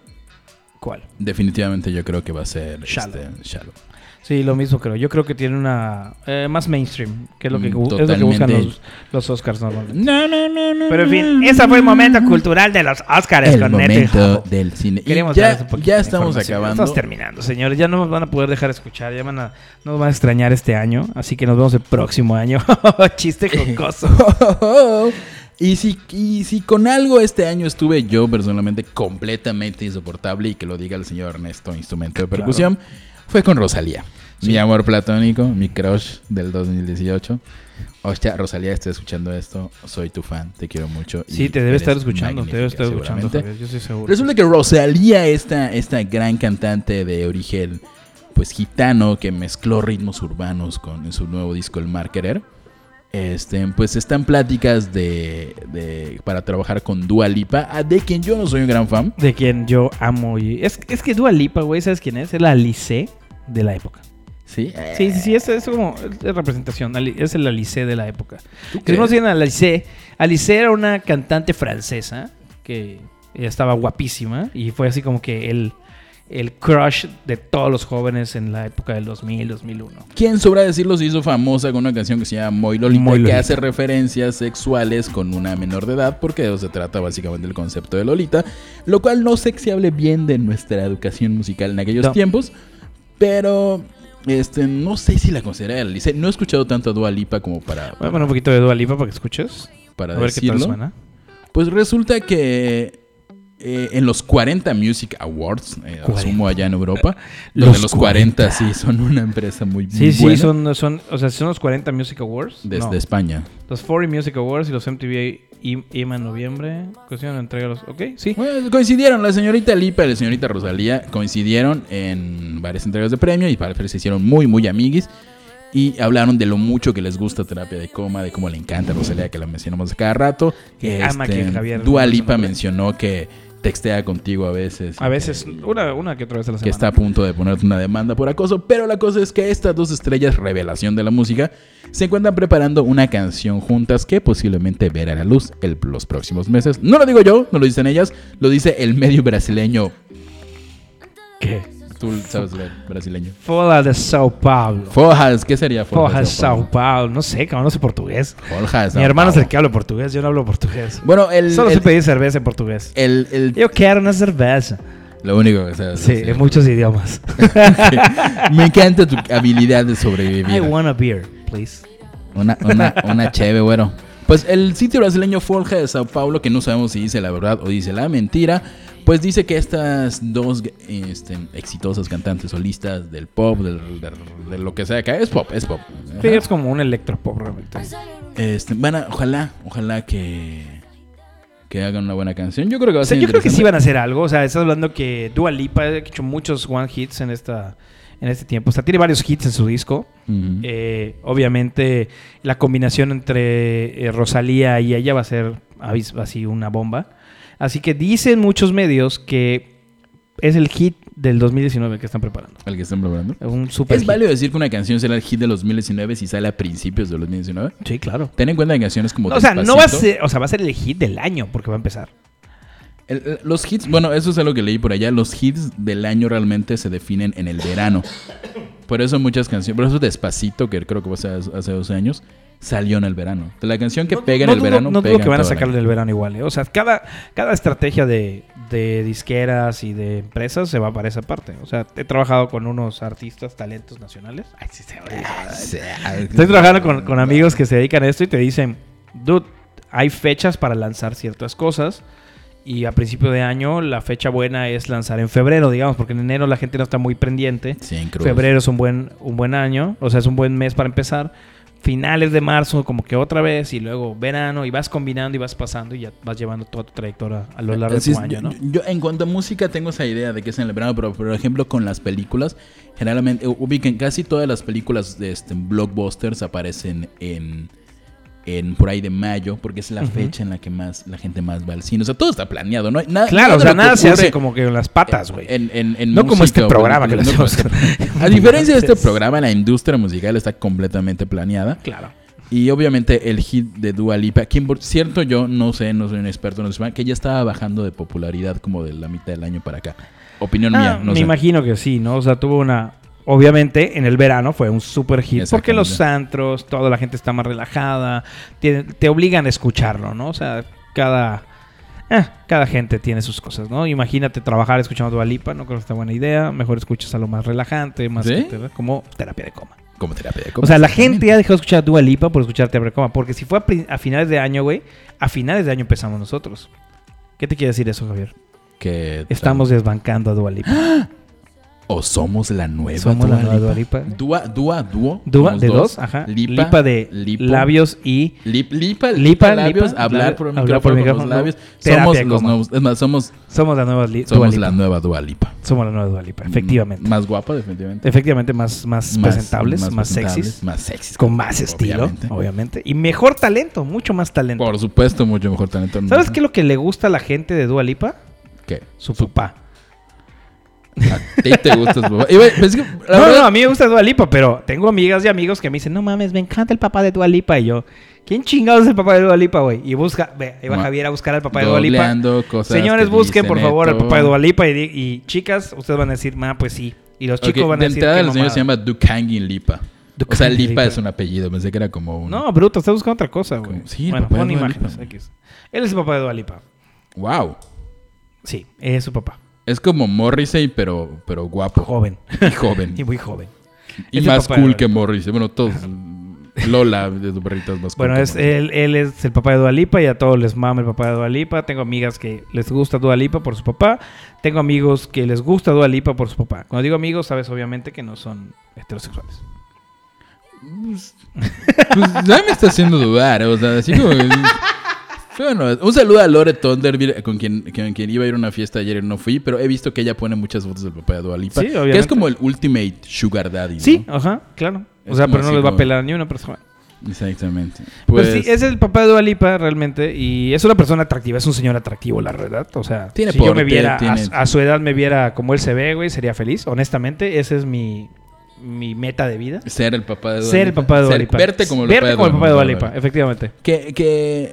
¿Cuál? definitivamente yo creo que va a ser Shallow. este, Shallow. Sí, lo mismo creo. Yo creo que tiene una. eh, más mainstream, que es lo que, Mm, bu- es lo que buscan totalmente. los, los Oscars normalmente. No, no, no, no. Pero en fin, ese fue el momento cultural de los Oscars El con Neto y momento Javo. del cine. Y Queremos darles ya, un poquito ya de estamos información. acabando. Estamos terminando, señores. Ya no nos van a poder dejar escuchar. Ya van a, nos van a extrañar este año. Así que nos vemos el próximo año. Chiste jocoso. Oh, Y si, y si con algo este año estuve yo personalmente completamente insoportable y que lo diga el señor Ernesto, instrumento de percusión, fue con Rosalía. Mi amor platónico, mi crush del 2018. Hostia, Rosalía, estoy escuchando esto. Soy tu fan, te quiero mucho. y Sí, te debe estar eres escuchando. Te debe magnífica, estar escuchando, seguramente. Javier. Yo estoy seguro. Resulta que Rosalía, esta, esta gran cantante de origen pues gitano que mezcló ritmos urbanos con en su nuevo disco El Mar Querer, este, pues están pláticas de, de- para trabajar con Dua Lipa, ah, de quien yo no soy un gran fan. De quien yo amo. Y es, es que Dua Lipa, güey, ¿sabes quién es? Es la Lice de la época. Sí. eh, Sí, sí, sí, es, es como es representación, Ali- es el Alice de la época. Que no siguen a Alice. Alice era una cantante francesa que ella estaba guapísima y fue así como que el, el crush de todos los jóvenes en la época del 2000, 2001. ¿Quién sobra decirlo se hizo famosa con una canción que se llama Moy Lolita, Moy Lolita. que hace referencias sexuales con una menor de edad, porque de eso se trata básicamente el concepto de Lolita, lo cual no sé si hable bien de nuestra educación musical en aquellos No. tiempos, pero este no sé si la considera el Alice. No he escuchado tanto a Dua Lipa como para, Voy a poner un poquito de Dua Lipa para que escuches. para a ver qué tal decirlo. suena. Pues resulta que eh, en los 40 Music Awards, eh, asumo allá en Europa, los, Los de los 40, sí son una empresa muy, Sí, sí, buena son, son, o sea, son los 40 Music Awards. desde No. España. Los 40 Music Awards y los MTV I- IMA en noviembre. Cuestión de entrega los. Ok, sí. Bueno, coincidieron, la señorita Lipa y la señorita Rosalía coincidieron en varias entregas de premio y parece que se hicieron muy, muy amiguis. Y hablaron de lo mucho que les gusta terapia de coma, de cómo le encanta a Rosalía, que la mencionamos a cada rato. Este, Que ama que Javier Dua no Lipa mencionó que textea contigo a veces. A veces, una, una que otra vez a la Que semana. está a punto de ponerte una demanda por acoso. Pero la cosa es que estas dos estrellas, revelación de la música, se encuentran preparando una canción juntas que posiblemente verá la luz el- los próximos meses. No lo digo yo, no lo dicen ellas, lo dice el medio brasileño. ¿Qué? Tú sabes leer brasileño. Foda de Sao Paulo. Fojas, ¿qué sería Fojas? Foja de Sao Paulo. No sé, cabrón, no sé portugués. Fojas de Sao Mi hermano es el Paulo. que habla portugués, yo no hablo portugués. Bueno, el- Solo el- sé pedir cerveza en portugués. El, el- Yo quiero una cerveza. lo único que sabes. Sí, en muchos idiomas. Me encanta tu habilidad de sobrevivir. I want a beer, please. Una, una, una cheve, güero. Pues el sitio brasileño Forja de Sao Paulo, que no sabemos si dice la verdad o dice la mentira, pues dice que estas dos este, exitosas cantantes solistas del pop, del- del- de lo que sea que es pop, es pop. Ajá. Sí, es como un electropop realmente. Este, van a- ojalá, ojalá que, que hagan una buena canción. Yo creo que va a O sea, ser yo creo que sí interesante. van a hacer algo. O sea, estás hablando que Dua Lipa ha hecho muchos one hits en esta en este tiempo. O sea, tiene varios hits en su disco. Ujú. Eh, obviamente, la combinación entre eh, Rosalía y ella va a ser avis- así una bomba. Así que dicen muchos medios que es el hit del 2019 que están preparando. Al que están preparando. Un super Es hit. válido decir que una canción será el hit de los 2019 si sale a principios de los 2019. Sí, claro. Ten en cuenta que canciones como No, o sea, no va a Despacito- ser, o sea, va a ser el hit del año porque va a empezar. El- el- los hits, bueno, eso es algo que leí por allá. Los hits del año realmente se definen en el verano. Por eso muchas canciones, por eso Despacito, que creo que fue hace, hace 12 años, salió en el verano. La canción que pega en no el dudo- verano. no pega dudo que en van a todo el sacarlo año. del verano igual. ¿eh? O sea, cada, cada estrategia de, de disqueras y de empresas se va para esa parte. O sea, he trabajado con unos artistas, talentos nacionales. Ay, sí, se oye. Estoy trabajando con, con amigos que se dedican a esto y te dicen, dude, hay fechas para lanzar ciertas cosas. Y a principio de año la fecha buena es lanzar en febrero, digamos, porque en enero la gente no está muy pendiente. Sí, en crudo. febrero es un buen, un buen año, o sea, es un buen mes para empezar. Finales de marzo, como que otra vez, y luego verano, y vas combinando y vas pasando y ya vas llevando toda tu trayectoria a lo largo Así de es, tu año, ¿no? Eh, yo, yo en cuanto a música tengo esa idea de que es en el verano, pero por ejemplo con las películas, generalmente eh, ubiquen casi todas las películas de este, blockbusters aparecen en, en por ahí de mayo, porque es la Ujú. fecha en la que más la gente más va al cine. O sea, todo está planeado, ¿no? Nada- Claro, o de sea, lo que nada se ocurre- hace como que con las patas, güey. en- en- en No como música este o programa que lo película, hacemos. no como este- A diferencia de este programa, la industria musical está completamente planeada. Claro. Y obviamente el hit de Dua Lipa, quien por cierto yo no sé, no soy un experto en el tema, que ya estaba bajando de popularidad como de la mitad del año para acá. Opinión Ah, mía, no me sé. imagino que sí, ¿no? O sea, tuvo una. Obviamente, en el verano fue un super hit. Porque Exactamente. los antros, toda la gente está más relajada. Te, te obligan a escucharlo, ¿no? O sea, cada. eh, cada gente tiene sus cosas, ¿no? Imagínate trabajar escuchando Dua Lipa, no creo que sea buena idea. Mejor escuchas a lo más relajante, más ¿Sí? que te- como terapia de coma. Como terapia de O sea, la gente ha dejado de escuchar Dua Lipa por escuchar terapia de coma. Porque si fue a, pri- a finales de año, güey, a finales de año empezamos nosotros. ¿Qué te quiere decir eso, Javier? Que Estamos desbancando a Dua Lipa. O somos la nueva Somos la Dua nueva Dua Lipa. Lipa. Dua, Dua, Duo. Dua somos de dos, ajá. Lipa, Lipa de Lipo. labios y Lip- lipa, Lipa, lipa, labios, lipa, hablar labio- por el hablar micrófono, por por el los micrófono, labios. terapia Somos de los coma. nuevos, es más, somos, somos la nueva Li- Dua somos Lipa. la nueva Dua Lipa. Somos la nueva Dua Lipa, efectivamente. Más guapa, definitivamente. Efectivamente, más, más, Más- presentables, más más, presentables, sexys. más sexys, Con más estilo, obviamente. obviamente. Y mejor talento, mucho más talento. Por supuesto, mucho mejor talento. ¿Sabes qué es lo que le gusta a la gente de Dua Lipa? ¿Qué? Su papá. A ti te gustas, papá. Y, güey, pues es que, la no, verdad- no, a mí me gusta Dua Lipa, pero tengo amigas y amigos que me dicen, no mames, me encanta el papá de Dua Lipa. Y yo, ¿quién chingados es el papá de Dua Lipa, güey? Y busca, ve, ahí va Ma- Javier a buscar al papá de Dua Lipa. Googleando cosas Señores, que busquen, dicen por favor, al esto. papá de Dua Lipa. Y, di- y chicas, ustedes van a decir, ma, pues sí. Y los chicos Ok, van a de decir, entrada "Qué el señor se mamada". llama Dukangin Lipa. o sea, Dukangin Lipa, Lipa. es un apellido. Pensé que era como un... No, bruto, estás buscando otra cosa, güey. Sí, el bueno, papá de pon Dua imágenes. Lipa. X. Él es el papá de Dua Lipa. ¡Wow! Sí, es su papá. Es como Morrissey, pero, pero guapo. Joven. Y joven. Y muy joven. y Es el más papá de cool Dua que Morrissey. Bueno, todos... Lola de su perrito es más cool Bueno, que es, Morrissey. él, él es el papá de Dualipa y a todos les mama el papá de Dualipa. Tengo amigas que les gusta Dualipa por su papá. Tengo amigos que les gusta Dualipa por su papá. Cuando digo amigos, sabes obviamente que no son heterosexuales. Pues ya me está haciendo dudar, ¿eh? o sea, así como... Bueno, un saludo a Lore Thunderbeer, con quien, con quien iba a ir a una fiesta ayer y no fui, pero he visto que ella pone muchas fotos del papá de Dua Lipa, Sí, que es obviamente. como el ultimate sugar daddy, ¿no? Sí, ajá, claro. O Es sea, como pero no así les va a como- pelar ni una persona. Exactamente. Pues, Pues, sí, es el papá de Dualipa realmente y es una persona atractiva, es un señor atractivo, la verdad. O sea, Tiene si yo porte, me viera a- tiene- a, su edad, me viera como él se ve, güey, sería feliz. Honestamente, ese es mi, mi meta de vida. ser el papá de Dua Ser el Lipa. papá de Dua Ser- Lipa. Verte como el Verte papá de como el Dua- papá de Dua Dua Lipa, efectivamente. Que, que,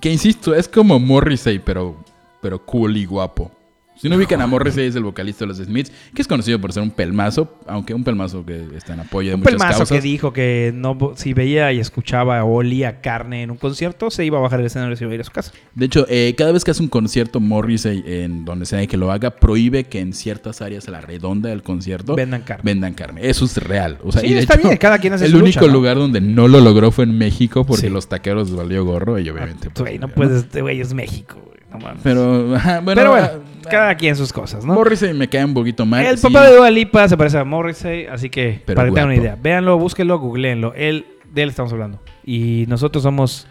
que insisto, es como Morrissey, pero, pero cool y guapo. Si no ubican a Morrissey, es el vocalista de los Smiths, que es conocido por ser un pelmazo, aunque un pelmazo que está en apoyo de Un muchas pelmazo causas. que dijo que no, vo- si veía y escuchaba o olía carne en un concierto, se iba a bajar del escenario y se iba a ir a su casa. De hecho, eh, cada vez que hace un concierto Morrissey en donde sea que lo haga, prohíbe que en ciertas áreas a la redonda del concierto Vendan carne. vendan carne. Eso es real. O sea, Sí, y de está hecho, bien, cada quien hace El su único lucha, ¿no? lugar donde no lo logró fue en México porque Sí. Ah, los taqueros les valió gorro y obviamente. pues, Güey, no puedes, este güey, es México, güey, no mames. Pero, ajá, bueno, Pero bueno, ah, cada quien sus cosas, ¿no? Morrissey me cae un poquito mal. el sí. papá de Dua Lipa se parece a Morrissey, así que Pero para que tengan una guapo. idea, véanlo, búsquenlo, googleenlo. Él, de él estamos hablando. Y nosotros somos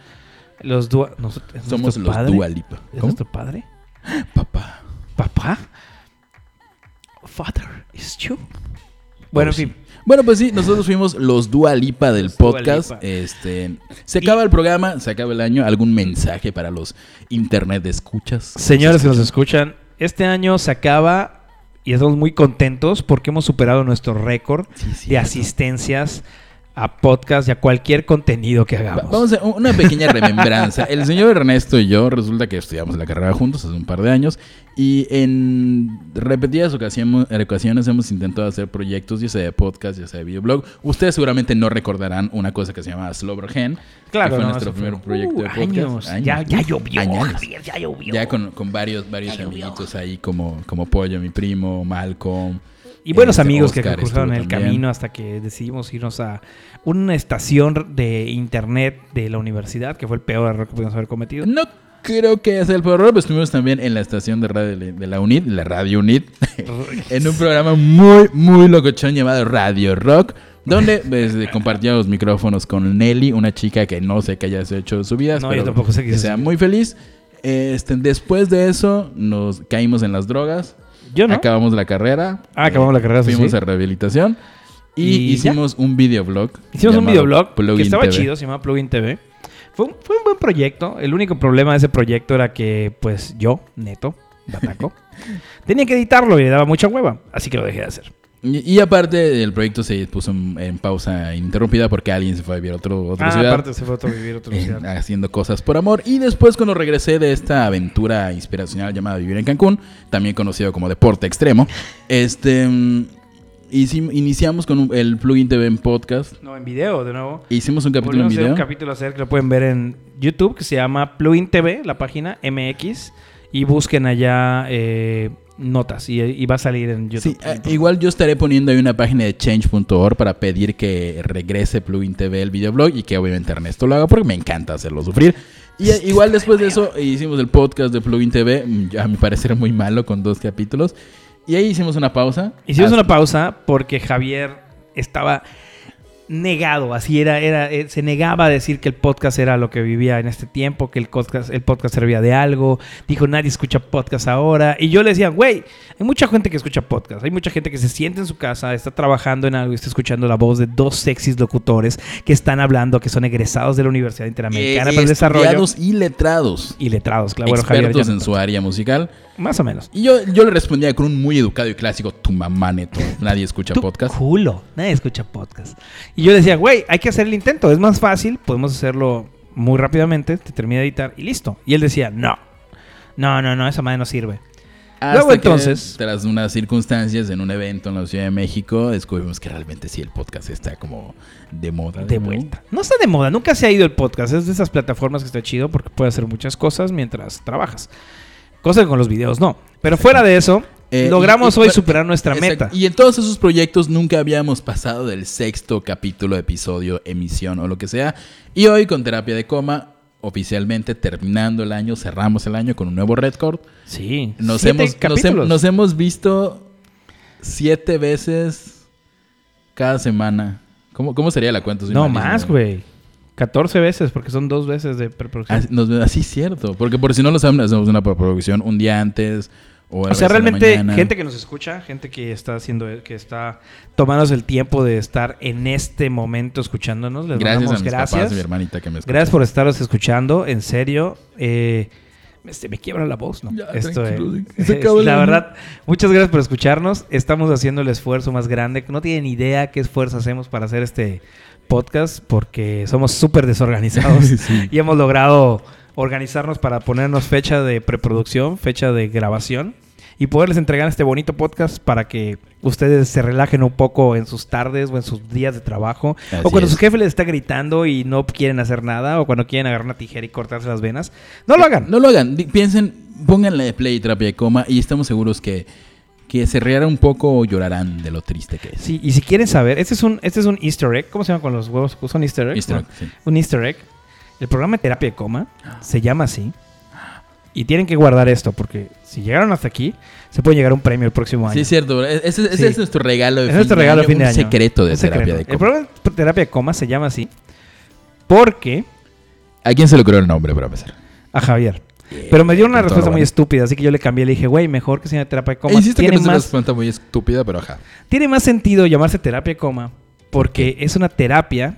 los Dua, nosotros, ¿es Somos nuestro los padre? Dua Lipa. ¿Es ¿Cómo? nuestro padre? Papá. ¿Papá? Father is you. Bueno, Pues en fin. sí. Bueno, pues sí, nosotros fuimos los Dua Lipa del podcast. Dua Lipa. Este, se acaba el programa, se acaba el año. ¿Algún mensaje para los internet de escuchas? Señores que nos escuchan, este año se acaba y estamos muy contentos porque hemos superado nuestro récord de asistencias a podcast y a cualquier contenido que Va- hagamos. Vamos a una pequeña remembranza. El señor Ernesto y yo resulta que estudiamos la carrera juntos hace un par de años y en repetidas ocasiones, ocasiones hemos intentado hacer proyectos, ya sea de podcast, ya sea de videoblog. Ustedes seguramente no recordarán una cosa que se llamaba Slobrogen. Claro, que fue no, nuestro eso fue- primer proyecto de Uh, podcast. años. Ya- ya llovió, Añanos. Javier, ya llovió. Ya con, con varios, varios amiguitos ahí como, como Pollo, mi primo, Malcolm. Y buenos este, amigos Oscar que cruzaron estuvo el también. camino hasta que decidimos irnos a una estación de internet de la universidad, que fue el peor error que pudimos haber cometido. No creo que es el peor error, pero estuvimos también en la estación de radio de de la UNIT, la Radio UNIT, en un programa muy, muy locochón llamado Radio Rock, donde pues, compartíamos los micrófonos con Nelly, una chica que no sé qué hayas hecho de su vida. No, espero yo tampoco sé qué que hizo sea su muy feliz. Este, después de eso, nos caímos en las drogas. Yo no. Acabamos la carrera. Ah, acabamos la carrera, sí, Fuimos sí. a rehabilitación. Y, Y ya. hicimos un videoblog. Hicimos un llamado videoblog que Plugin estaba TV. chido, se llamaba Plugin TV. Fue un, fue un buen proyecto. El único problema de ese proyecto era que, pues, yo, neto, bataco, tenía que editarlo y le daba mucha hueva. Así que lo dejé de hacer. Y, y aparte, el proyecto se puso en, en pausa interrumpida porque alguien se fue a vivir a otro, otra Ah, ciudad. aparte se fue a otro vivir a otra eh, ciudad. haciendo cosas por amor. Y después, cuando regresé de esta aventura inspiracional llamada Vivir en Cancún, también conocido como Deporte Extremo, este. mm, hicim- iniciamos con un- el plugin TV en podcast. No, en video, de nuevo. Hicimos un capítulo en Volvemos a hacer video. un capítulo a hacer que lo pueden ver en YouTube, que se llama Plugin TV, la página MX, y busquen allá eh, notas y, y va a salir en YouTube. Sí, eh, igual yo estaré poniendo ahí una página de change.org para pedir que regrese Plugin TV el videoblog y que obviamente Ernesto lo haga porque me encanta hacerlo sufrir. Y eh, igual después de eso hicimos el podcast de Plugin TV, mm, ya a mi parecer muy malo con dos capítulos. Y ahí hicimos una pausa. Hicimos Hasta- una pausa porque Javier estaba negado, así era, era eh, se negaba a decir que el podcast era lo que vivía en este tiempo, que el podcast, el podcast servía de algo, dijo nadie escucha podcast ahora, y yo le decía, güey, hay mucha gente que escucha podcast, hay mucha gente que se siente en su casa, está trabajando en algo y está escuchando la voz de dos sexys locutores que están hablando, que son egresados de la Universidad Interamericana Eh, para el Desarrollo. estudiados y letrados. Y letrados, claro. Bueno, Javier, Expertos ya- en su área musical. Más o menos. Y yo, yo le respondía con un muy educado y clásico, tu mamá neto, nadie escucha podcast. Culo, nadie escucha podcast. Y yo le decía, güey, hay que hacer el intento, es más fácil, podemos hacerlo muy rápidamente, te termina de editar y listo. Y él decía, no, no, no, no, esa madre no sirve. Hasta Luego que, entonces, tras unas circunstancias en un evento en la Ciudad de México, descubrimos que realmente sí el podcast está como de moda. de vuelta. No está de moda, nunca se ha ido el podcast, es de esas plataformas que está chido porque puede hacer muchas cosas mientras trabajas. Cosa que con los videos no. Pero fuera de eso, Eh, logramos y- y- hoy pero- superar nuestra Exacto. meta. Y en todos esos proyectos nunca habíamos pasado del sexto capítulo, episodio, emisión o lo que sea. Y hoy con terapia de coma, oficialmente terminando el año, cerramos el año con un nuevo récord. Sí. Nos siete hemos, nos, hem- capítulos. nos hemos visto siete veces cada semana. ¿Cómo, cómo sería la cuenta? Soy No malísimo. más, güey. 14 veces, porque son dos veces de preproducción. Así, Ah, nos- así es cierto. Porque por si no lo saben, hacemos una producción un día antes. O, a O sea, veces en la realmente mañana. gente que nos escucha, gente que está haciendo, que está tomándose el tiempo de estar en este momento escuchándonos. Les Gracias mandamos a mis papás gracias. y mi hermanita que me escuchan. Gracias por estaros escuchando, en serio. Eh, me- se me quiebra la voz, ¿no? Ya, Esto eh, tranquilo, es, se acaba el la año. verdad, muchas gracias por escucharnos. Estamos haciendo el esfuerzo más grande. No tienen idea qué esfuerzo hacemos para hacer este podcast porque somos súper desorganizados Sí. y hemos logrado organizarnos para ponernos fecha de preproducción, fecha de grabación y poderles entregar este bonito podcast para que ustedes se relajen un poco en sus tardes o en sus días de trabajo Así o cuando es. su jefe les está gritando y no quieren hacer nada o cuando quieren agarrar una tijera y cortarse las venas. No lo hagan. No lo hagan. Di- Piensen, pónganle de play terapia de coma y estamos seguros que, que se reirán un poco o llorarán de lo triste que es. Sí, y si quieren saber, este es un, este es un easter egg. ¿Cómo se llama con los huevos? ¿Son easter eggs? Easter egg, Ah. No. sí. Un easter egg. El programa de terapia de coma se llama así. Y tienen que guardar esto porque si llegaron hasta aquí, se puede llegar a un premio el próximo año. Sí, es cierto. E- Ese, ese Sí. es nuestro regalo de Es fin nuestro de regalo de año, fin de un año. secreto de Un terapia de El coma. programa de terapia de coma se llama así porque ¿A quién se le ocurrió el nombre para empezar? a Javier. Pero me dio una con todo respuesta lo muy bueno. estúpida, así que yo le cambié. Le dije, güey, mejor que se llame terapia de coma. Insisto Eh, que Tiene no es una más, respuesta muy estúpida, pero ajá. tiene más sentido llamarse terapia de coma porque es una terapia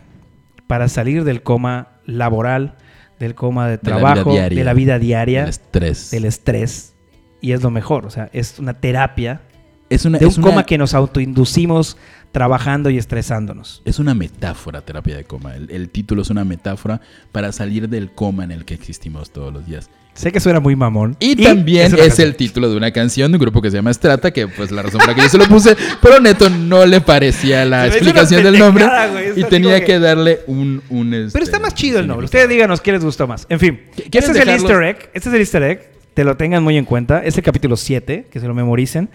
para salir del coma laboral, del coma de De la trabajo, vida diaria. de la vida diaria, Del estrés. del estrés. Y es lo mejor, o sea, es una terapia Es una- de un es una- coma que nos autoinducimos trabajando y estresándonos. Es una metáfora terapia de coma. El, el título es una metáfora para salir del coma en el que existimos todos los días. Sé que suena muy mamón. Y, también una es canción. el título de una canción de un grupo que se llama Strata, que pues la razón por la que yo se lo puse, pero neto no le parecía la Se me hizo explicación una del nombre pendejada, güey, es y así tenía como que... que- darle un... un este, Pero está más chido el nombre. Ustedes díganos qué les gustó más. En fin, este es quieren el dejarlos- easter egg. Este es el easter egg. Te lo tengan muy en cuenta. Es el capítulo 7, que se lo memoricen.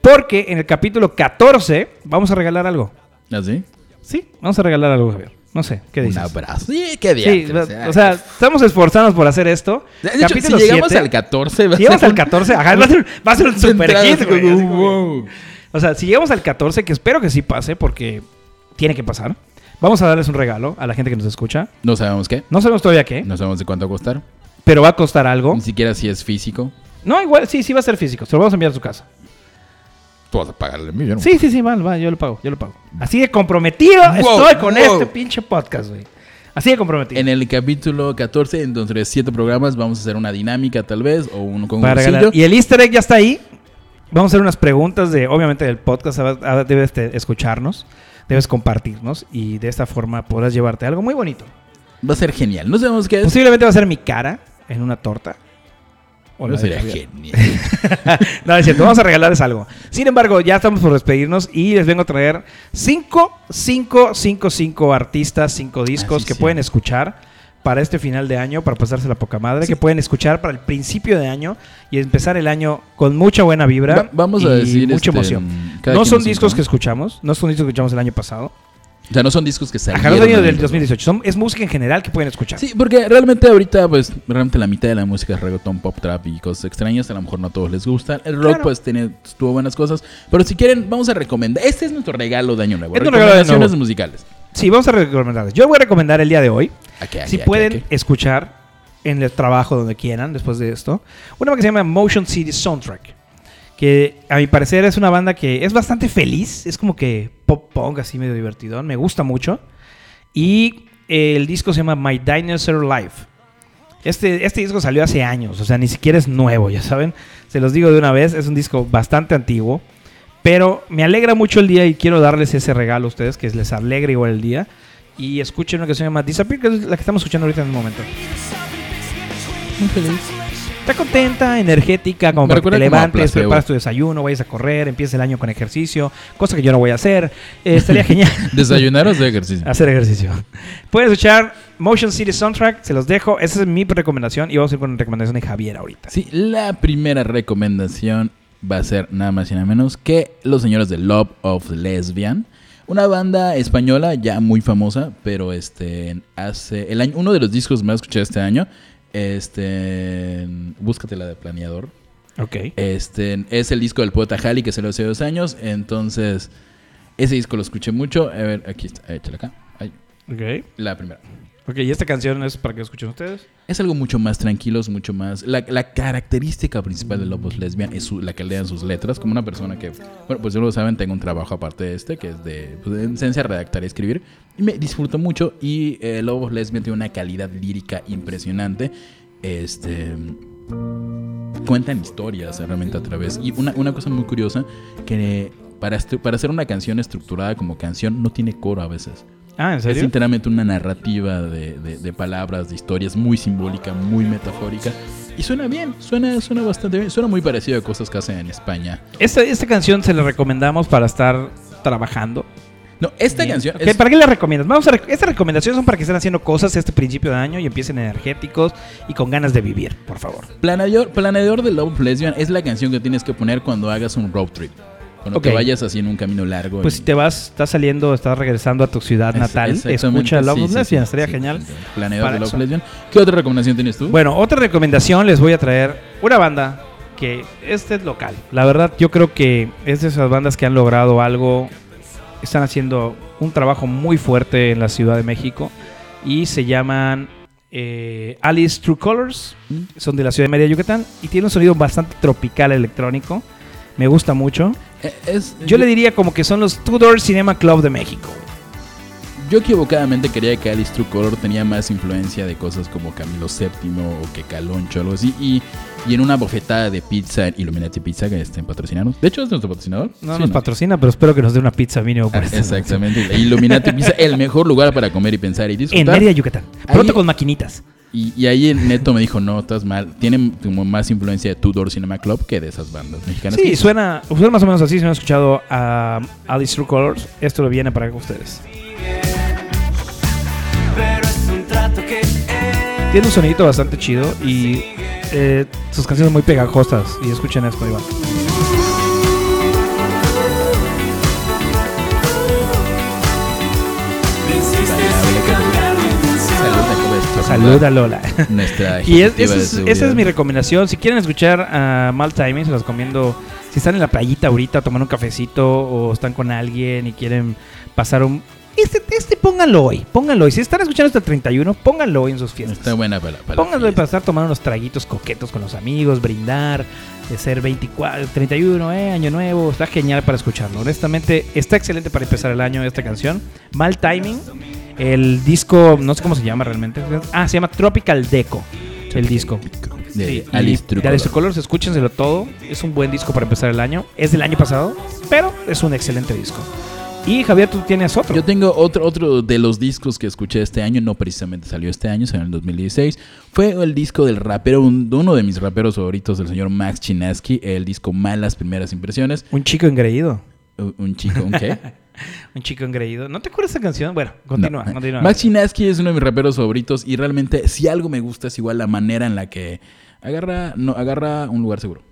Porque en el capítulo 14 vamos a regalar algo. ¿Así? Sí, vamos a regalar algo, Javier. No sé, ¿qué ¿Ah, Un dices? abrazo. Sí, qué Sí, diablos, va- o sea, pues, o sea, estamos esforzándonos por hacer esto. De hecho, si llegamos al 14, va a si llegamos ser al un- 14, ajá, va a ser, un- va a ser un de super entrada, hit, güey, como, así como que- O sea, si llegamos al 14, que espero que sí pase, porque tiene que pasar, vamos a darles un regalo a la gente que nos escucha. No sabemos qué. No sabemos todavía qué, No sabemos de cuánto va a costar. pero va a costar algo. Ni siquiera si es físico. No, igual, sí, sí va a ser físico. Se lo vamos a enviar a su casa. Tú vas a pagarle el millón. Sí, sí, sí, mal, va, yo lo pago, yo lo pago. Así de comprometido Wow, estoy con wow. este pinche podcast, güey. Así de comprometido. En el capítulo 14, entonces de siete programas, vamos a hacer una dinámica tal vez o un Para concursillo. regalar. Y el easter egg ya está ahí. Vamos a hacer unas preguntas de, obviamente, del podcast. Ahora- ahora Debes de escucharnos, debes compartirnos y de esta forma podrás llevarte algo muy bonito. Va a ser genial. No sabemos qué es. Posiblemente va a ser mi cara en una torta. No la de sería Javier. genial. no, es cierto, vamos a regalarles algo. Sin embargo, ya estamos por despedirnos y les vengo a traer 5, 5, 5, 5 artistas, 5 Ah, discos que pueden escuchar para este final de año, para pasársela poca madre, que pueden escuchar para el principio de año y empezar el año con mucha buena vibra. Va- vamos a y decir, este, mucha emoción. cada No quien son los cinco, discos ¿no? que escuchamos, no son discos que escuchamos el año pasado. O sea, no son discos que salieron. Ajá, los años en el del 2018. Son- es música en general que pueden escuchar. Sí, porque realmente ahorita, pues, realmente la mitad de la música es reggaetón, pop, trap y cosas extrañas. A lo mejor no a todos les gusta. El rock, Claro. pues, tiene, tuvo buenas cosas. Pero si quieren, vamos a recomendar. Este es nuestro regalo de Año Nuevo. Es nuestro regalo de Año Recomendaciones Nuevo. musicales. Sí, vamos a recomendarles. Yo voy a recomendar el día de hoy. Aquí, aquí, si aquí, pueden aquí. escuchar en el trabajo donde quieran, después de esto, una que se llama Motion City Soundtrack. Que a mi parecer es una banda que es bastante feliz. Es como que pop punk, así medio divertidón. Me gusta mucho. Y el disco se llama My Dinosaur Life. Este, este disco salió hace años, o sea, ni siquiera es nuevo, ya saben. Se los digo de una vez, es un disco bastante antiguo. Pero me alegra mucho el día y quiero darles ese regalo a ustedes, que les alegre igual el día. Y escuchen una que se llama Disappear, que es la que estamos escuchando ahorita en el momento. Muy feliz. Está contenta, energética, como Me para que te recuerda como a levantes, placebo. preparas tu desayuno, vayas a correr, empieces el año con ejercicio, cosa que yo no voy a hacer. Eh, estaría genial. Desayunar o hacer ejercicio. Hacer ejercicio. Pueden escuchar Motion City Soundtrack, se los dejo. Esa es mi recomendación y vamos a ir con la recomendación de Javier ahorita. Sí, la primera recomendación va a ser nada más y nada menos que los señores de Love of Lesbian. Una banda española ya muy famosa, pero este hace el año uno de los discos más escuchados este año, este búscate la de planeador. Ok. Este es el disco del poeta Halley que se lo hace dos años, entonces ese disco lo escuché mucho. A ver, aquí está, échale acá. Ahí. Ok. La primera. Ok, y esta canción es para que la escuchen ustedes. Es algo mucho más tranquilo, es mucho más. La, la característica principal de Lobos Lesbian es su- la que lean sus letras, como una persona que. Bueno, pues ya lo saben, tengo un trabajo aparte de este, que es de, pues, en esencia, redactar y escribir. Y me disfruto mucho. Y eh, Lobos Lesbian tiene una calidad lírica impresionante. Este. Cuentan historias eh, realmente a través. Y una, una cosa muy curiosa, que para, estru- para hacer una canción estructurada como canción, no tiene coro a veces. Ah, ¿en serio? Es literalmente una narrativa de, de- de palabras, de historias muy simbólica, muy metafórica. Y suena bien, suena, suena bastante bien. Suena muy parecido a cosas que hacen en España. Esta, esta canción se la recomendamos para estar trabajando. No, esta canción Ok, es- ¿Para qué la recomiendas? Vamos a rec- Estas recomendaciones son para que estén haciendo cosas este principio de año y empiecen energéticos y con ganas de vivir, por favor. Pues Planeador, Planeador de Love Lesbian es la canción que tienes que poner cuando hagas un road trip. Cuando te Ok. vayas así en un camino largo. Pues y- si te vas, estás saliendo, estás regresando a tu ciudad Es- natal, exactamente, escucha Love sí, of sí, Lesbian, sí, estaría sí, genial. sí. Planeador para de Love eso. Lesbian. ¿Qué otra recomendación tienes tú? Bueno, otra recomendación les voy a traer una banda que este es local. La verdad, yo creo que es de esas bandas que han logrado algo, están haciendo un trabajo muy fuerte en la Ciudad de México y se llaman eh, Alice True Colors, Mm. son de la Ciudad de Mérida, Yucatán y tiene un sonido bastante tropical electrónico. Me gusta mucho. Eh, es- Yo le diría como que son los Tudor Cinema Club de México. Yo equivocadamente creía que Alice True Color tenía más influencia de cosas como Camilo VII o que Caloncho, algo así. Y, y en una bofetada de pizza, Illuminati Pizza, que estén patrocinando. De hecho, es nuestro patrocinador. No Sí, nos patrocina, pero espero que nos dé una pizza mínimo Ah, por esta Exactamente. noche. Illuminati Pizza, el mejor lugar para comer y pensar y disfrutar. En Mérida, Yucatán. Pronto con maquinitas. Y, y ahí el Neto me dijo, no, estás mal. Tienen como más influencia de Tudor Cinema Club que de esas bandas mexicanas. Sí, suena, suena más o menos así. Si no han escuchado a Alice True Colors, esto lo viene para ustedes. Tiene un sonidito bastante chido y eh, sus canciones muy pegajosas. Y escuchen esto, Iván. Saluda Lola. Nuestra y es- ejecutiva esa, de es, seguridad. esa es mi recomendación. Si quieren escuchar a Mal Timing, se los recomiendo. Si están en la playita ahorita tomando un cafecito o están con alguien y quieren pasar un... Este, este pónganlo hoy, pónganlo hoy. Si están escuchando hasta el 31, pónganlo hoy en sus fiestas. Está buena para, para Pónganlo hoy para estar tomando unos traguitos coquetos con los amigos, brindar, de ser 24, 31, eh, año nuevo. Está genial para escucharlo. Honestamente, está excelente para empezar el año esta canción. Mal Timing. El disco, no sé cómo se llama realmente. Ah, se llama Tropical Deco. El disco. de Sí, y Alice True de Color. Alice True Colors, escúchenselo todo. Es un buen disco para empezar el año. Es del año pasado, pero es un excelente disco. Y Javier, tú tienes otro. Yo tengo otro, otro de los discos que escuché este año, no precisamente salió este año, salió en el 2016. Fue el disco del rapero, un- de uno de mis raperos favoritos, el señor Max Chinaski, el disco Malas Primeras Impresiones. Un chico engreído. Un, un chico, ¿un qué? un chico engreído. ¿No te acuerdas de esa canción? Bueno, continúa, No. continúa. Max Chinaski es uno de mis raperos favoritos y realmente si algo me gusta es igual la manera en la que agarra, no, agarra un lugar seguro.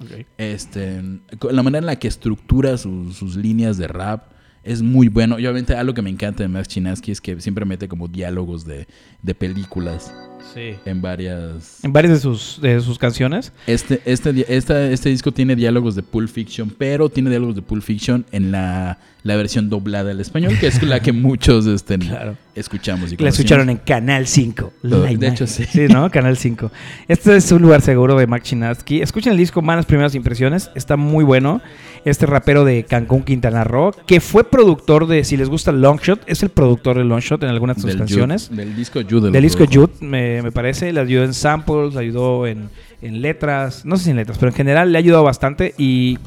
Ok. Este, con la manera en la que estructura sus- sus líneas de rap es muy bueno. Y obviamente algo que me encanta de Max Chinaski es que siempre mete como diálogos de, de películas. Sí. En varias. En varias de sus, de sus canciones. Este, este, di- esta- este disco tiene diálogos de Pulp Fiction, pero tiene diálogos de Pulp Fiction en la, la versión doblada al español, que es la que muchos este, escuchamos. y La conocimos. escucharon en Canal 5. Lo- La de imagen. hecho, sí. ¿no? Canal 5. Este es un lugar seguro de Mark Chinaski. Escuchen el disco Manas Primeras Impresiones. Está muy bueno. Este rapero de Cancún, Quintana Roo, que fue productor de, si les gusta Longshot, es el productor de Longshot en algunas de sus Del Jude- canciones. del disco Jude lo Del disco produjo. Jude, me, me parece. Le ayudó en samples, le ayudó en, en letras. No sé si en letras, pero en general le ha ayudado bastante. Y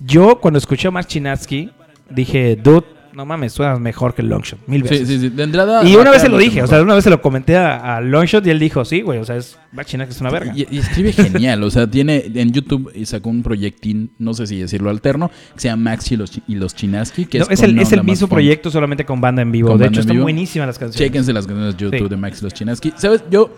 yo, cuando escuché a Mark Chinaski, dije, dude, no mames, suenas mejor que Longshot. Mil Sí, veces. sí, sí. De entrada. Y una vez acá se lo no dije, o mejor. sea, una vez se lo comenté a, a Longshot y él dijo, sí, güey, o sea, es Machina que es una verga. Y, y escribe genial, o sea, tiene en YouTube y sacó un proyectín, no sé si decirlo alterno, que se llama Max y los, Chi- y los Chinaski, que No, es, es, con el, una es el onda más mismo funk. proyecto solamente con banda en vivo. Con de banda hecho, en están vivo. buenísimas las canciones. Chéquense las canciones de YouTube Sí. de Max Los Chinaski. ¿Sabes? Yo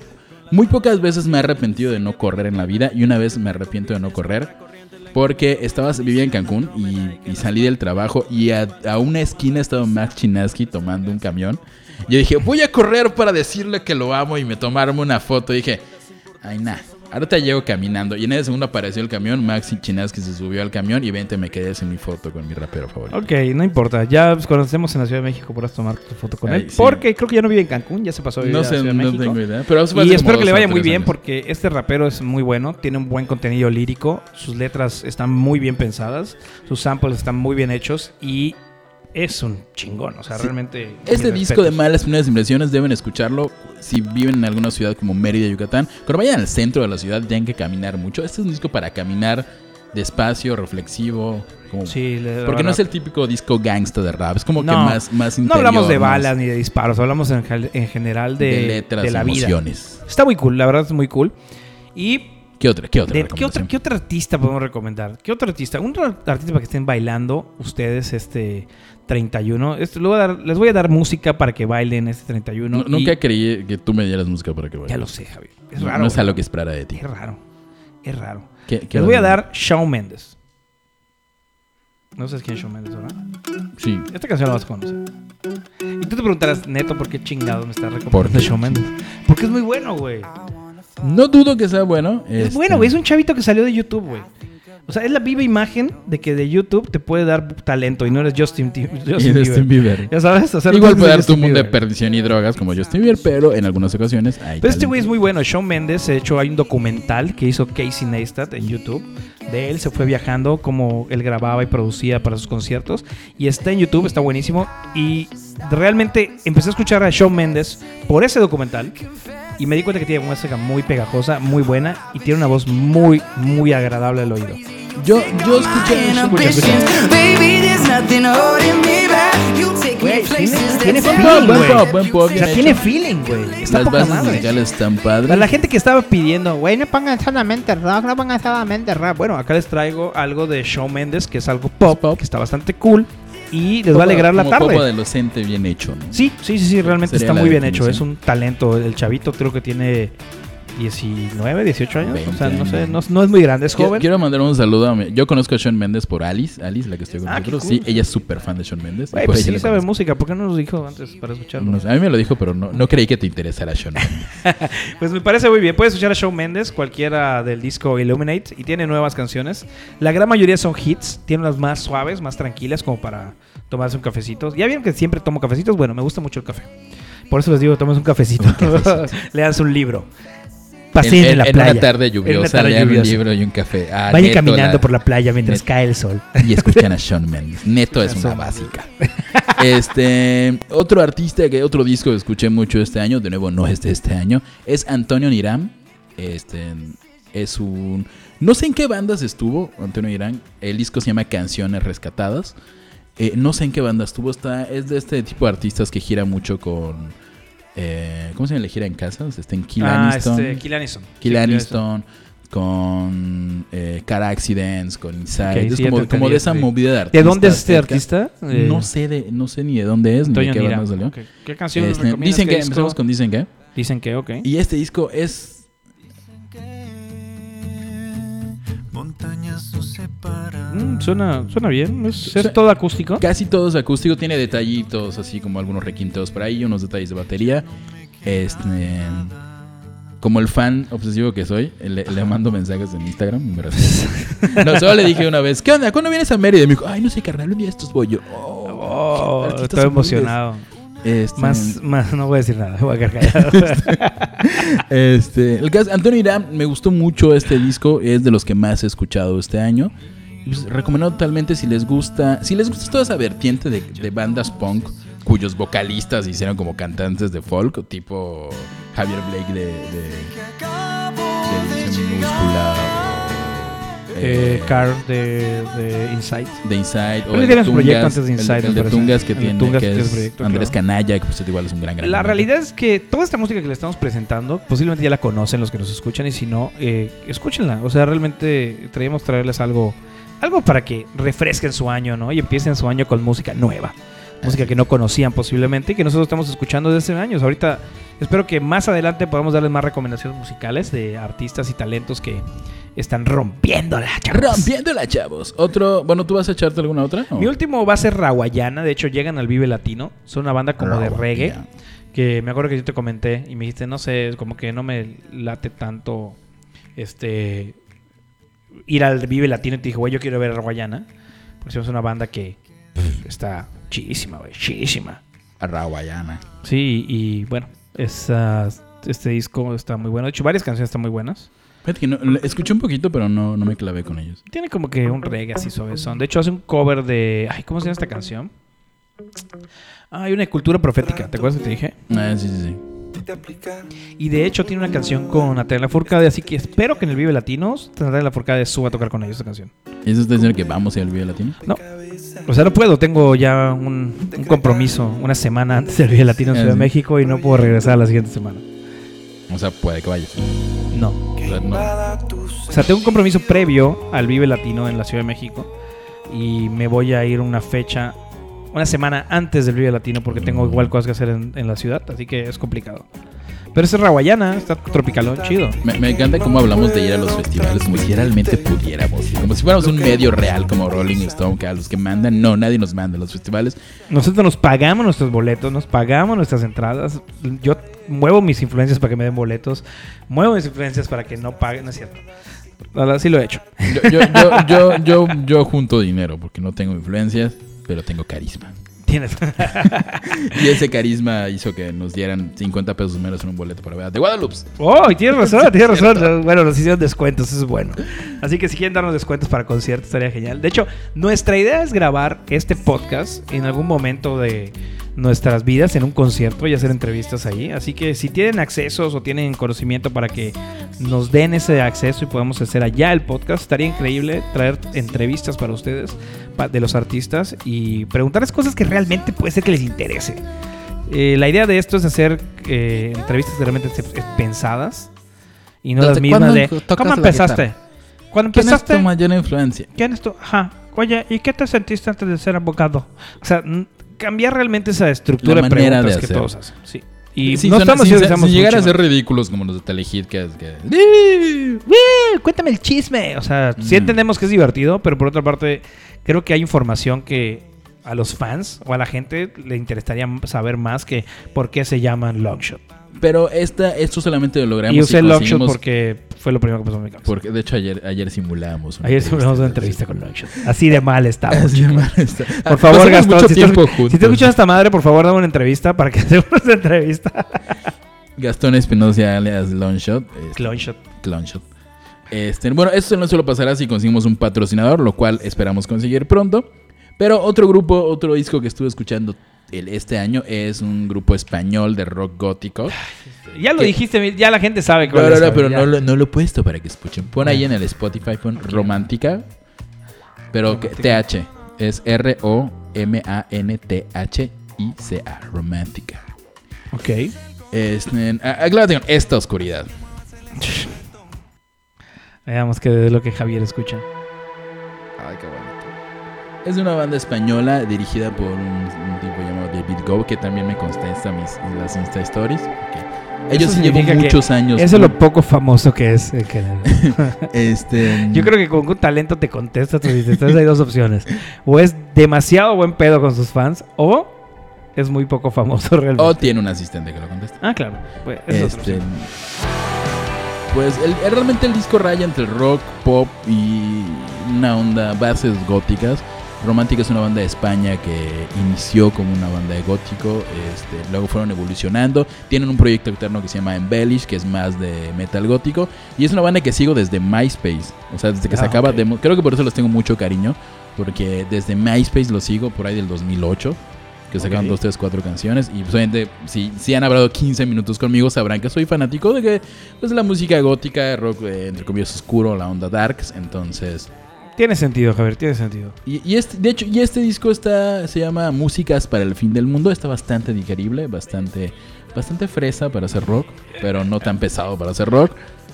muy pocas veces me he arrepentido de no correr en la vida y una vez me arrepiento de no correr porque estaba, vivía en Cancún y, y salí del trabajo y a, a una esquina estaba Max Chinaski tomando un camión. Yo dije, voy a correr para decirle que lo amo y me tomarme una foto. Y dije, ay, nah. Ahorita llego caminando y en ese segundo apareció el camión, Max Chinaski se subió al camión y vente me quedé sin mi foto con mi rapero favorito. Ok, no importa. Ya pues, cuando estemos en la Ciudad de México podrás tomar tu foto con Ay, él. sí. Porque creo que ya no vive en Cancún, ya se pasó a vivir No a la sé, Ciudad de no México. tengo idea, pero eso fue y hace espero Pues, como que le dos o vaya muy tres bien años. porque este rapero es muy bueno, tiene un buen contenido lírico, sus letras están muy bien pensadas, sus samples están muy bien hechos y es un chingón. O sea, Sí. realmente... Este mis disco de respetos. Malas Primeras Impresiones deben escucharlo si viven en alguna ciudad como Mérida, Yucatán. Cuando vayan al centro de la ciudad tienen que caminar mucho. Este es un disco para caminar despacio, reflexivo. Como... Sí, le- la Porque no verdad. es el típico disco gangsta de rap. Es como que No, más, más No hablamos de interior, más- balas ni de disparos, hablamos en, gel- en general de, De letras, de la emociones. vida. Está muy cool, la verdad es muy cool. ¿Y ¿Qué otra? ¿Qué otra? de- ¿qué, recomendación? otra, qué otro artista podemos recomendar? ¿Qué otro artista? Un ra- artista para que estén bailando ustedes este 31. Esto, le voy a dar- les voy a dar música para que bailen este Nu- 31. y- Nunca creí que tú me dieras música para que vaya. Ya lo sé, Javier. Es No- raro. No, es algo que esperara de ti. Es raro. Es raro. ¿Qué- qué les voy a onda? dar Shawn Mendes. No sabes quién es Shawn Mendes, ¿verdad? Sí. Esta canción la vas a conocer. Y tú te preguntarás, neto, ¿por qué chingados me estás ¿Por recomendando qué? Shawn Mendes? Porque es muy bueno, güey. No dudo que sea bueno. Es este, bueno, güey. Es un chavito que salió de YouTube, güey. O sea, es la viva imagen de que de YouTube te puede dar talento y no eres Justin, Ti- Justin y Justin Bieber. Ya sabes, o sea, no Igual puedes puede ser dar tu Justin mundo de Bieber. perdición y drogas como Justin Bieber, pero en algunas ocasiones hay Pero este talento. güey es muy bueno. Shawn Mendes, de hecho, hay un documental que hizo Casey Neistat en YouTube. De él se fue viajando, como él grababa y producía para sus conciertos. Y está en YouTube, está buenísimo. Y realmente empecé a escuchar a Shawn Mendes por ese documental. Y me di cuenta que tiene una música muy pegajosa, muy buena. Y tiene una voz muy, muy agradable al oído. Yo, yo escuché. Baby, there's nothing holding me back. You take me places Tiene that's- feeling, buen güey. pop, buen pop, O sea, bien tiene hecho. feeling, güey. Está Las poca bases madre. musicales están padres. Para la gente que estaba pidiendo, güey, no pongan solamente rock, no pongan solamente rap. Bueno, acá les traigo algo de Shawn Mendes, que es algo pop, que está bastante cool y les va a alegrar la Como poco tarde. adolescente bien hecho, ¿no? Sí, sí, sí, sí, realmente Sería está la muy bien hecho. Es definición. un talento. El chavito creo que tiene 19, 18 años. O sea, no sé, no, no es muy grande, es Quiero, joven. quiero mandar un saludo a mi- Yo conozco a Sean Méndez por Alice, Alice, la que estoy con Ah, nosotros. qué Sí, cool. ella es súper fan de Sean Méndez. y Güey, por pues ella sí la sabe conozco. música. ¿Por qué no nos dijo antes para escucharlo? No sé, a mí me lo dijo, pero no, no creí que te interesara Sean Mendes. Pues me parece muy bien. Puedes escuchar a Shawn Mendes, cualquiera del disco Illuminate, y tiene nuevas canciones. La gran mayoría son hits, tiene unas más suaves, más tranquilas, como para tomarse un cafecito. Ya vieron que siempre tomo cafecitos. Bueno, me gusta mucho el café. Por eso les digo, tomas un cafecito. Leas un libro. Paseen en, En- la en playa. una tarde En una lluviosa, tarde lean un lluviosa. libro y un café. Ah, Vayan neto, caminando por la playa mientras net- cae el sol. Ah, Y escuchan a Sean Mendes. Neto es una básica. Este, otro artista que otro disco que escuché mucho este año, de nuevo no es de este año, es Antonio Niram. Este es un no sé en qué bandas estuvo Antonio Niram. El disco se llama Canciones rescatadas. Eh, no sé en qué banda estuvo, está, es de este tipo de artistas que gira mucho con eh, ¿cómo se llama? Le gira en casas, está en Kill Ah, Aniston. este, Kill Aniston. Kill Sí, Kill Aniston, con eh, Car Accidents, con Inside. Ok, es sí, ya como, te como entendí, de esa sí. movida de ¿De artistas. dónde es este cerca. artista? Eh, No sé de, no sé ni de dónde es, ni de Antonio qué banda Niram. salió. Ok. ¿Qué canción Este, recomiendas? Dicen ¿Qué que, disco? empezamos con Dicen que. Dicen que, ok. Y este disco es Mm, suena, suena bien. Es, es todo acústico. Casi todo es acústico, tiene detallitos así como algunos requinteos por ahí, unos detalles de batería. Este Como el fan obsesivo que soy, le, le mando mensajes en Instagram. y me responde. no, solo le dije una vez, ¿qué onda? ¿Cuándo vienes a Mérida? Y me dijo, ay, no sé, carnal, un día de estos voy yo. Oh, artistas estoy humildes. emocionado. Este- Más, más, no voy a decir nada, voy a quedar callado. Este, el caso, Antonio Irán, me gustó mucho este disco, es de los que más he escuchado este año. Pues, recomendado totalmente si les gusta, si les gusta toda esa vertiente de, de bandas punk cuyos vocalistas se hicieron como cantantes de folk, tipo Javier Blake de, de, de Minúscula, o, Eh, eh, Carl de, de Insight. de Inside Creo o el que de tiene su proyecto Tungas, antes de el- Inside, el, me de parece. Tungas que El de tiene Tungas que tiene es su proyecto, Andrés claro. Canalla que pues igual es un gran gran La gran- realidad es que toda esta música que le estamos presentando, posiblemente ya la conocen los que nos escuchan y si no, eh, escúchenla. O sea, realmente traemos traerles algo, algo para que refresquen su año, ¿no? Y empiecen su año con música nueva. Música que no conocían posiblemente y que nosotros estamos escuchando desde hace años. Ahorita espero que más adelante podamos darles más recomendaciones musicales de artistas y talentos que están rompiéndola, chavos. rompiéndola chavos. Otro, bueno, ¿tú vas a echarte alguna otra? ¿O? Mi último va a ser Rawayana. De hecho, llegan al Vive Latino. Son una banda como de Rawayana. reggae. Que me acuerdo que yo te comenté y me dijiste, no sé, como que no me late tanto este ir al Vive Latino. Y te dije, güey, yo quiero ver a Rawayana. Porque es una banda que pff, está chidísima, güey, chidísima. Rawayana. Sí, y bueno, esa- este disco está muy bueno. De hecho, varias canciones están muy buenas. Fíjate que no, le- escuché un poquito, pero no, no me clavé con ellos. Tiene como que un reggae así suavezón. De hecho, hace un cover de. Ay, ¿cómo se llama esta canción? Ah, hay una cultura profética. ¿Te acuerdas que te dije? Ah, sí, sí, sí. Y de hecho, tiene una canción con Natalia Lafourcade. Así que espero que en el Vive Latinos Natalia Lafourcade suba a tocar con ellos esta canción. ¿Eso está diciendo que vamos a ir al video latino? No. O sea, no puedo. Tengo ya un, un compromiso una semana antes del Vive Latino en Ciudad de México y no puedo regresar la siguiente semana. O sea, puede que vayas. No. O sea, no. O sea, tengo un compromiso previo al Vive Latino en la Ciudad de México y me voy a ir una fecha, una semana antes del Vive Latino porque tengo igual cosas que hacer en, en la ciudad, así que es complicado. Pero ese Rawayana está tropicalón, chido. Me, me encanta cómo hablamos de ir a los festivales como si realmente pudiéramos. Como si fuéramos un medio real como Rolling Stone, que a los que mandan, no, nadie nos manda. Los festivales Nosotros nos pagamos nuestros boletos, nos pagamos nuestras entradas. Yo muevo mis influencias para que me den boletos, muevo mis influencias para que no paguen, no es cierto. Así lo he hecho. Yo, yo, yo, yo, yo, yo junto dinero porque no tengo influencias, pero tengo carisma. Tienes. Y ese carisma hizo que nos dieran 50 pesos menos en un boleto para ver de Guadalupe. Oh, y tienes razón, tienes razón. Bueno, nos hicieron descuentos, eso es bueno. Así que si quieren darnos descuentos para conciertos, estaría genial. De hecho, nuestra idea es grabar este podcast en algún momento de nuestras vidas en un concierto y hacer entrevistas ahí. Así que si tienen accesos o tienen conocimiento para que nos den ese acceso y podamos hacer allá el podcast, estaría increíble traer entrevistas para ustedes, pa- de los artistas y preguntarles cosas que realmente puede ser que les interese. Eh, la idea de esto es hacer eh, entrevistas realmente se- eh, pensadas y no las Entonces, mismas ¿cuándo de tocas ¿Cómo la empezaste? guitarra? ¿Cuándo ¿Quién es empezaste? tu mayor influencia? ¿Quién es tu? Ajá. Oye, ¿y qué te sentiste antes de ser abogado? O sea, n- cambiar realmente esa La estructura de manera preguntas de que hacer. todos hacen. Sí. Y Sí, no son- estamos sin, diciendo ser- que seamos sin llegar a mucho ser ridículos como los de Telehit, que, que- Cuéntame el chisme. O sea, Mm. sí entendemos que es divertido, pero por otra parte, creo que hay información que a los fans o a la gente le interesaría saber más que por qué se llaman Longshot. Pero esta, esto solamente lo logramos. Y usé si Longshot conseguimos- porque fue lo primero que pasó en mi cabeza. Porque de hecho ayer, ayer simulamos. una Ayer tuvimos una entrevista con Longshot. Así de mal estaba. Así de mal está. Por favor, Pasamos Gastón, mucho si, tiempo te, si juntos. te escuchas esta madre, por favor, dame una entrevista para que hagamos una entrevista. Gastón Espinosa alias Longshot. este, Clonshot. Clonshot. Este, bueno, eso no solo pasará si conseguimos un patrocinador, lo cual esperamos conseguir pronto. Pero otro grupo, otro disco que estuve escuchando el- este año es un grupo español de rock gótico. Ya lo ¿Qué? dijiste, ya la Ah. gente sabe No, Ah, cuál no, no, es, güey, pero ya. no lo, no lo he puesto para que escuchen. Pon ahí en el Spotify, pon romántica. Pero que- TH. Es R-O-M-A-N-T-H-I-C-A. Romántica. Ok. Este, ah, ah, claro, tengo esta oscuridad. Veamos qué es lo que Javier escucha. Ay, qué bonito. Es de una banda española dirigida por un, un tipo llamado David Go, que también me contesta mis, las Insta Stories. Ok. Ellos Eso sí llevan significa que muchos años. Eso es ¿no? lo poco famoso que es. eh, que- Este, Yo creo que con un talento te contesta tus visitantes. Hay dos opciones. O es demasiado buen pedo con sus fans, o es muy poco famoso realmente. O tiene un asistente que lo contesta. Ah, claro. Pues, es otra Este, opción. Pues el- el- realmente el disco raya entre el rock, pop y una onda bases góticas. Romántica es una banda de España que inició como una banda de gótico, este, luego fueron evolucionando. Tienen un proyecto externo que se llama Embellish, que es más de metal gótico. Y es una banda que sigo desde MySpace, o sea, desde que Ah, sacaba ok. demos. Creo que por eso les tengo mucho cariño, porque desde MySpace lo sigo por ahí del 2008 que sacaban Ok. dos, tres, cuatro canciones. Y pues, obviamente, si, si han hablado 15 minutos conmigo, sabrán que soy fanático de que pues, la música gótica, rock, eh, entre comillas, oscuro, la onda darks. Entonces, Tiene sentido, Javier, tiene sentido. y, y este, de hecho, y este disco está, se llama Músicas para el Fin del Mundo. Está bastante digerible, bastante, bastante fresa para hacer rock, pero no tan pesado para hacer rock.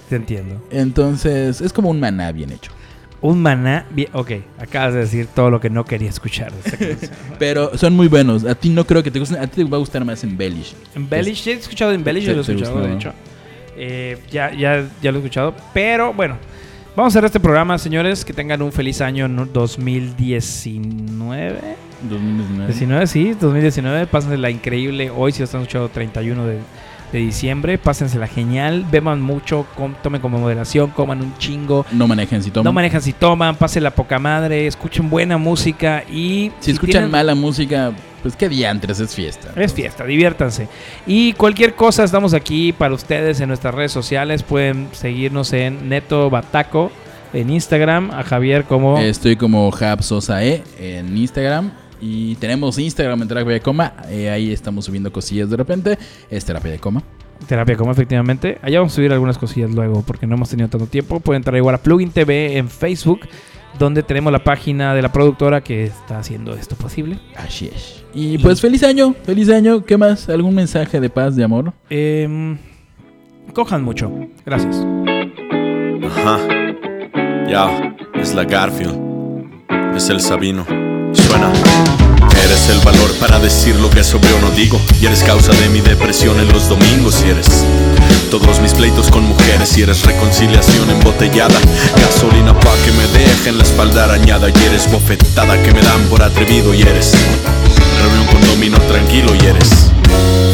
Te entiendo. Entonces, es como un maná bien hecho. Un maná. bien- ok, acabas de decir todo lo que no quería escuchar. de esta canción. Pero son muy buenos. A ti no creo que te gusten. A ti te va a gustar más en Bellish. Embellish, ya he escuchado Embellish, Te- ya lo he te escuchado, gustó, de ¿no? hecho. Eh, ya, ya, ya lo he escuchado, pero bueno. Vamos a cerrar este programa, señores. Que tengan un feliz año no- 2019. 2019. 19, Pues sí, 2019. Pásensela increíble hoy, si lo están escuchando 31 de, de diciembre. Pásensela genial. Beban mucho, com- tomen con moderación, coman un chingo. No manejen si toman. No manejan si toman, pásenla poca madre, escuchen buena música y... Si escuchan tienen- mala música, pues qué diantres, es fiesta. Es fiesta, diviértanse. Y cualquier cosa, estamos aquí para ustedes en nuestras redes sociales. Pueden seguirnos en Neto Bataco, en Instagram, a Javier como... Estoy como Habsosae en Instagram. Y tenemos Instagram en Terapia de Coma. eh, ahí estamos subiendo cosillas de repente. Es Terapia de Coma. Terapia como efectivamente. Allá vamos a subir algunas cosillas luego porque no hemos tenido tanto tiempo. Pueden entrar igual a Plugin TV en Facebook, donde tenemos la página de la productora que está haciendo esto posible. Así es. Y pues feliz año, feliz año. ¿Qué más? ¿Algún mensaje de paz, de amor? Em, cojan mucho. Gracias. Ajá. Ya, es la Garfield. Es el Sabino. Suena. Eres el valor para decir lo que sobre o no digo. Y eres causa de mi depresión en los domingos. Y eres todos mis pleitos con mujeres. Y eres reconciliación embotellada. Gasolina pa' que me deje en la espalda arañada. Y eres bofetada que me dan por atrevido. Y eres reunión con domino tranquilo. Y eres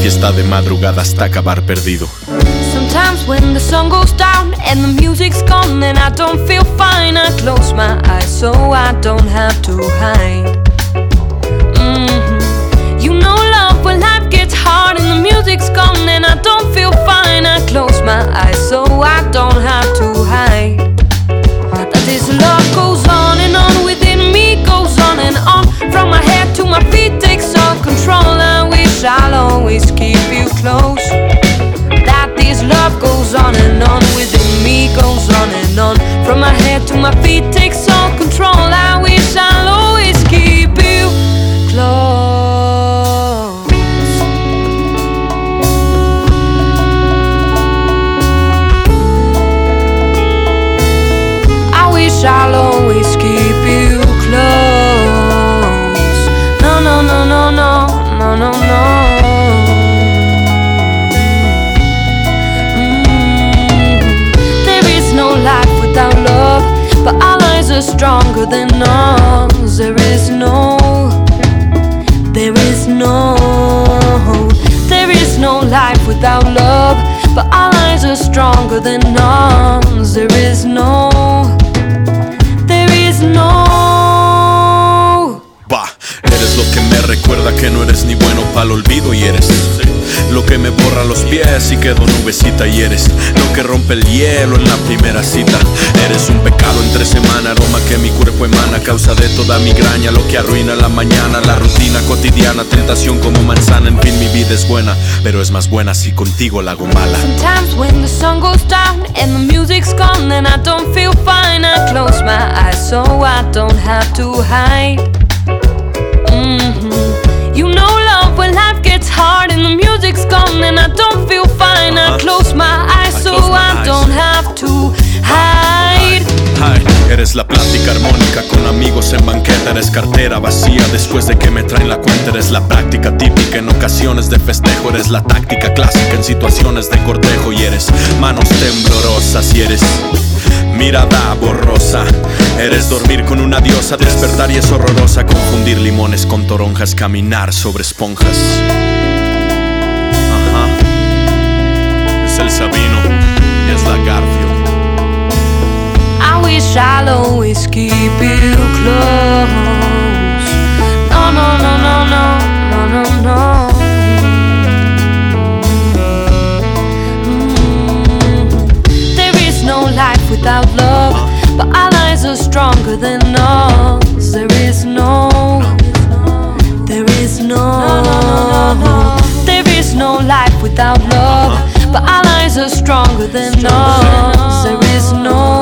fiesta de madrugada hasta acabar perdido. Sometimes when the sun goes down and the music's gone, then I don't feel fine. I close my eyes so I don't have to hide. Mhm. You know, love when life gets hard and the music's gone, then I don't feel fine. I close my eyes so I don't have to hide. That this love goes on and on within me, goes on and on. From my head to my feet takes all control. I wish I'll always keep you close that this love goes on and on within me goes on and on from my head to my feet takes all control i wish i'll always keep you close i wish i'll always keep you close no no no no no no no no There is no life without love, but allies are stronger than ours. There is no, there is no, there is no life without love, but allies are stronger than ours. There is no, there is no. Va, eres lo que me recuerda que no eres ni bueno para el olvido y eres lo que me borra los pies y quedo nubecita y eres lo que rompe el hielo en la primera cita. Eres un pecado entre semana, aroma que mi cuerpo emana, causa de toda migraña, lo que arruina la mañana, la rutina cotidiana, tentación como manzana. En fin, mi vida es buena, pero es más buena si contigo la hago mala. Sometimes when the sun goes down and the music's gone, then I don't feel fine. I close my eyes so I don't have to hide. Mhm. You know, love when life gets hard and the music's gone, then I don't feel fine. I close my eyes Uh-huh. so Uh-huh. I don't have to hide. Ay, eres la plática armónica con amigos en banqueta, eres cartera vacía después de que me traen la cuenta, eres la práctica típica en ocasiones de festejo, eres la táctica clásica en situaciones de cortejo y eres manos temblorosas y eres mirada borrosa, eres dormir con una diosa, despertar y es horrorosa, confundir limones con toronjas, caminar sobre esponjas. Ajá, es el Sabino, es la Garfield. please keep it close. No, no, no, no, no, no, no, no. Mm. There is no life without love, but allies are stronger than us. There is no, there is no, there is no life without love, but allies are stronger than us. There is no. Ah,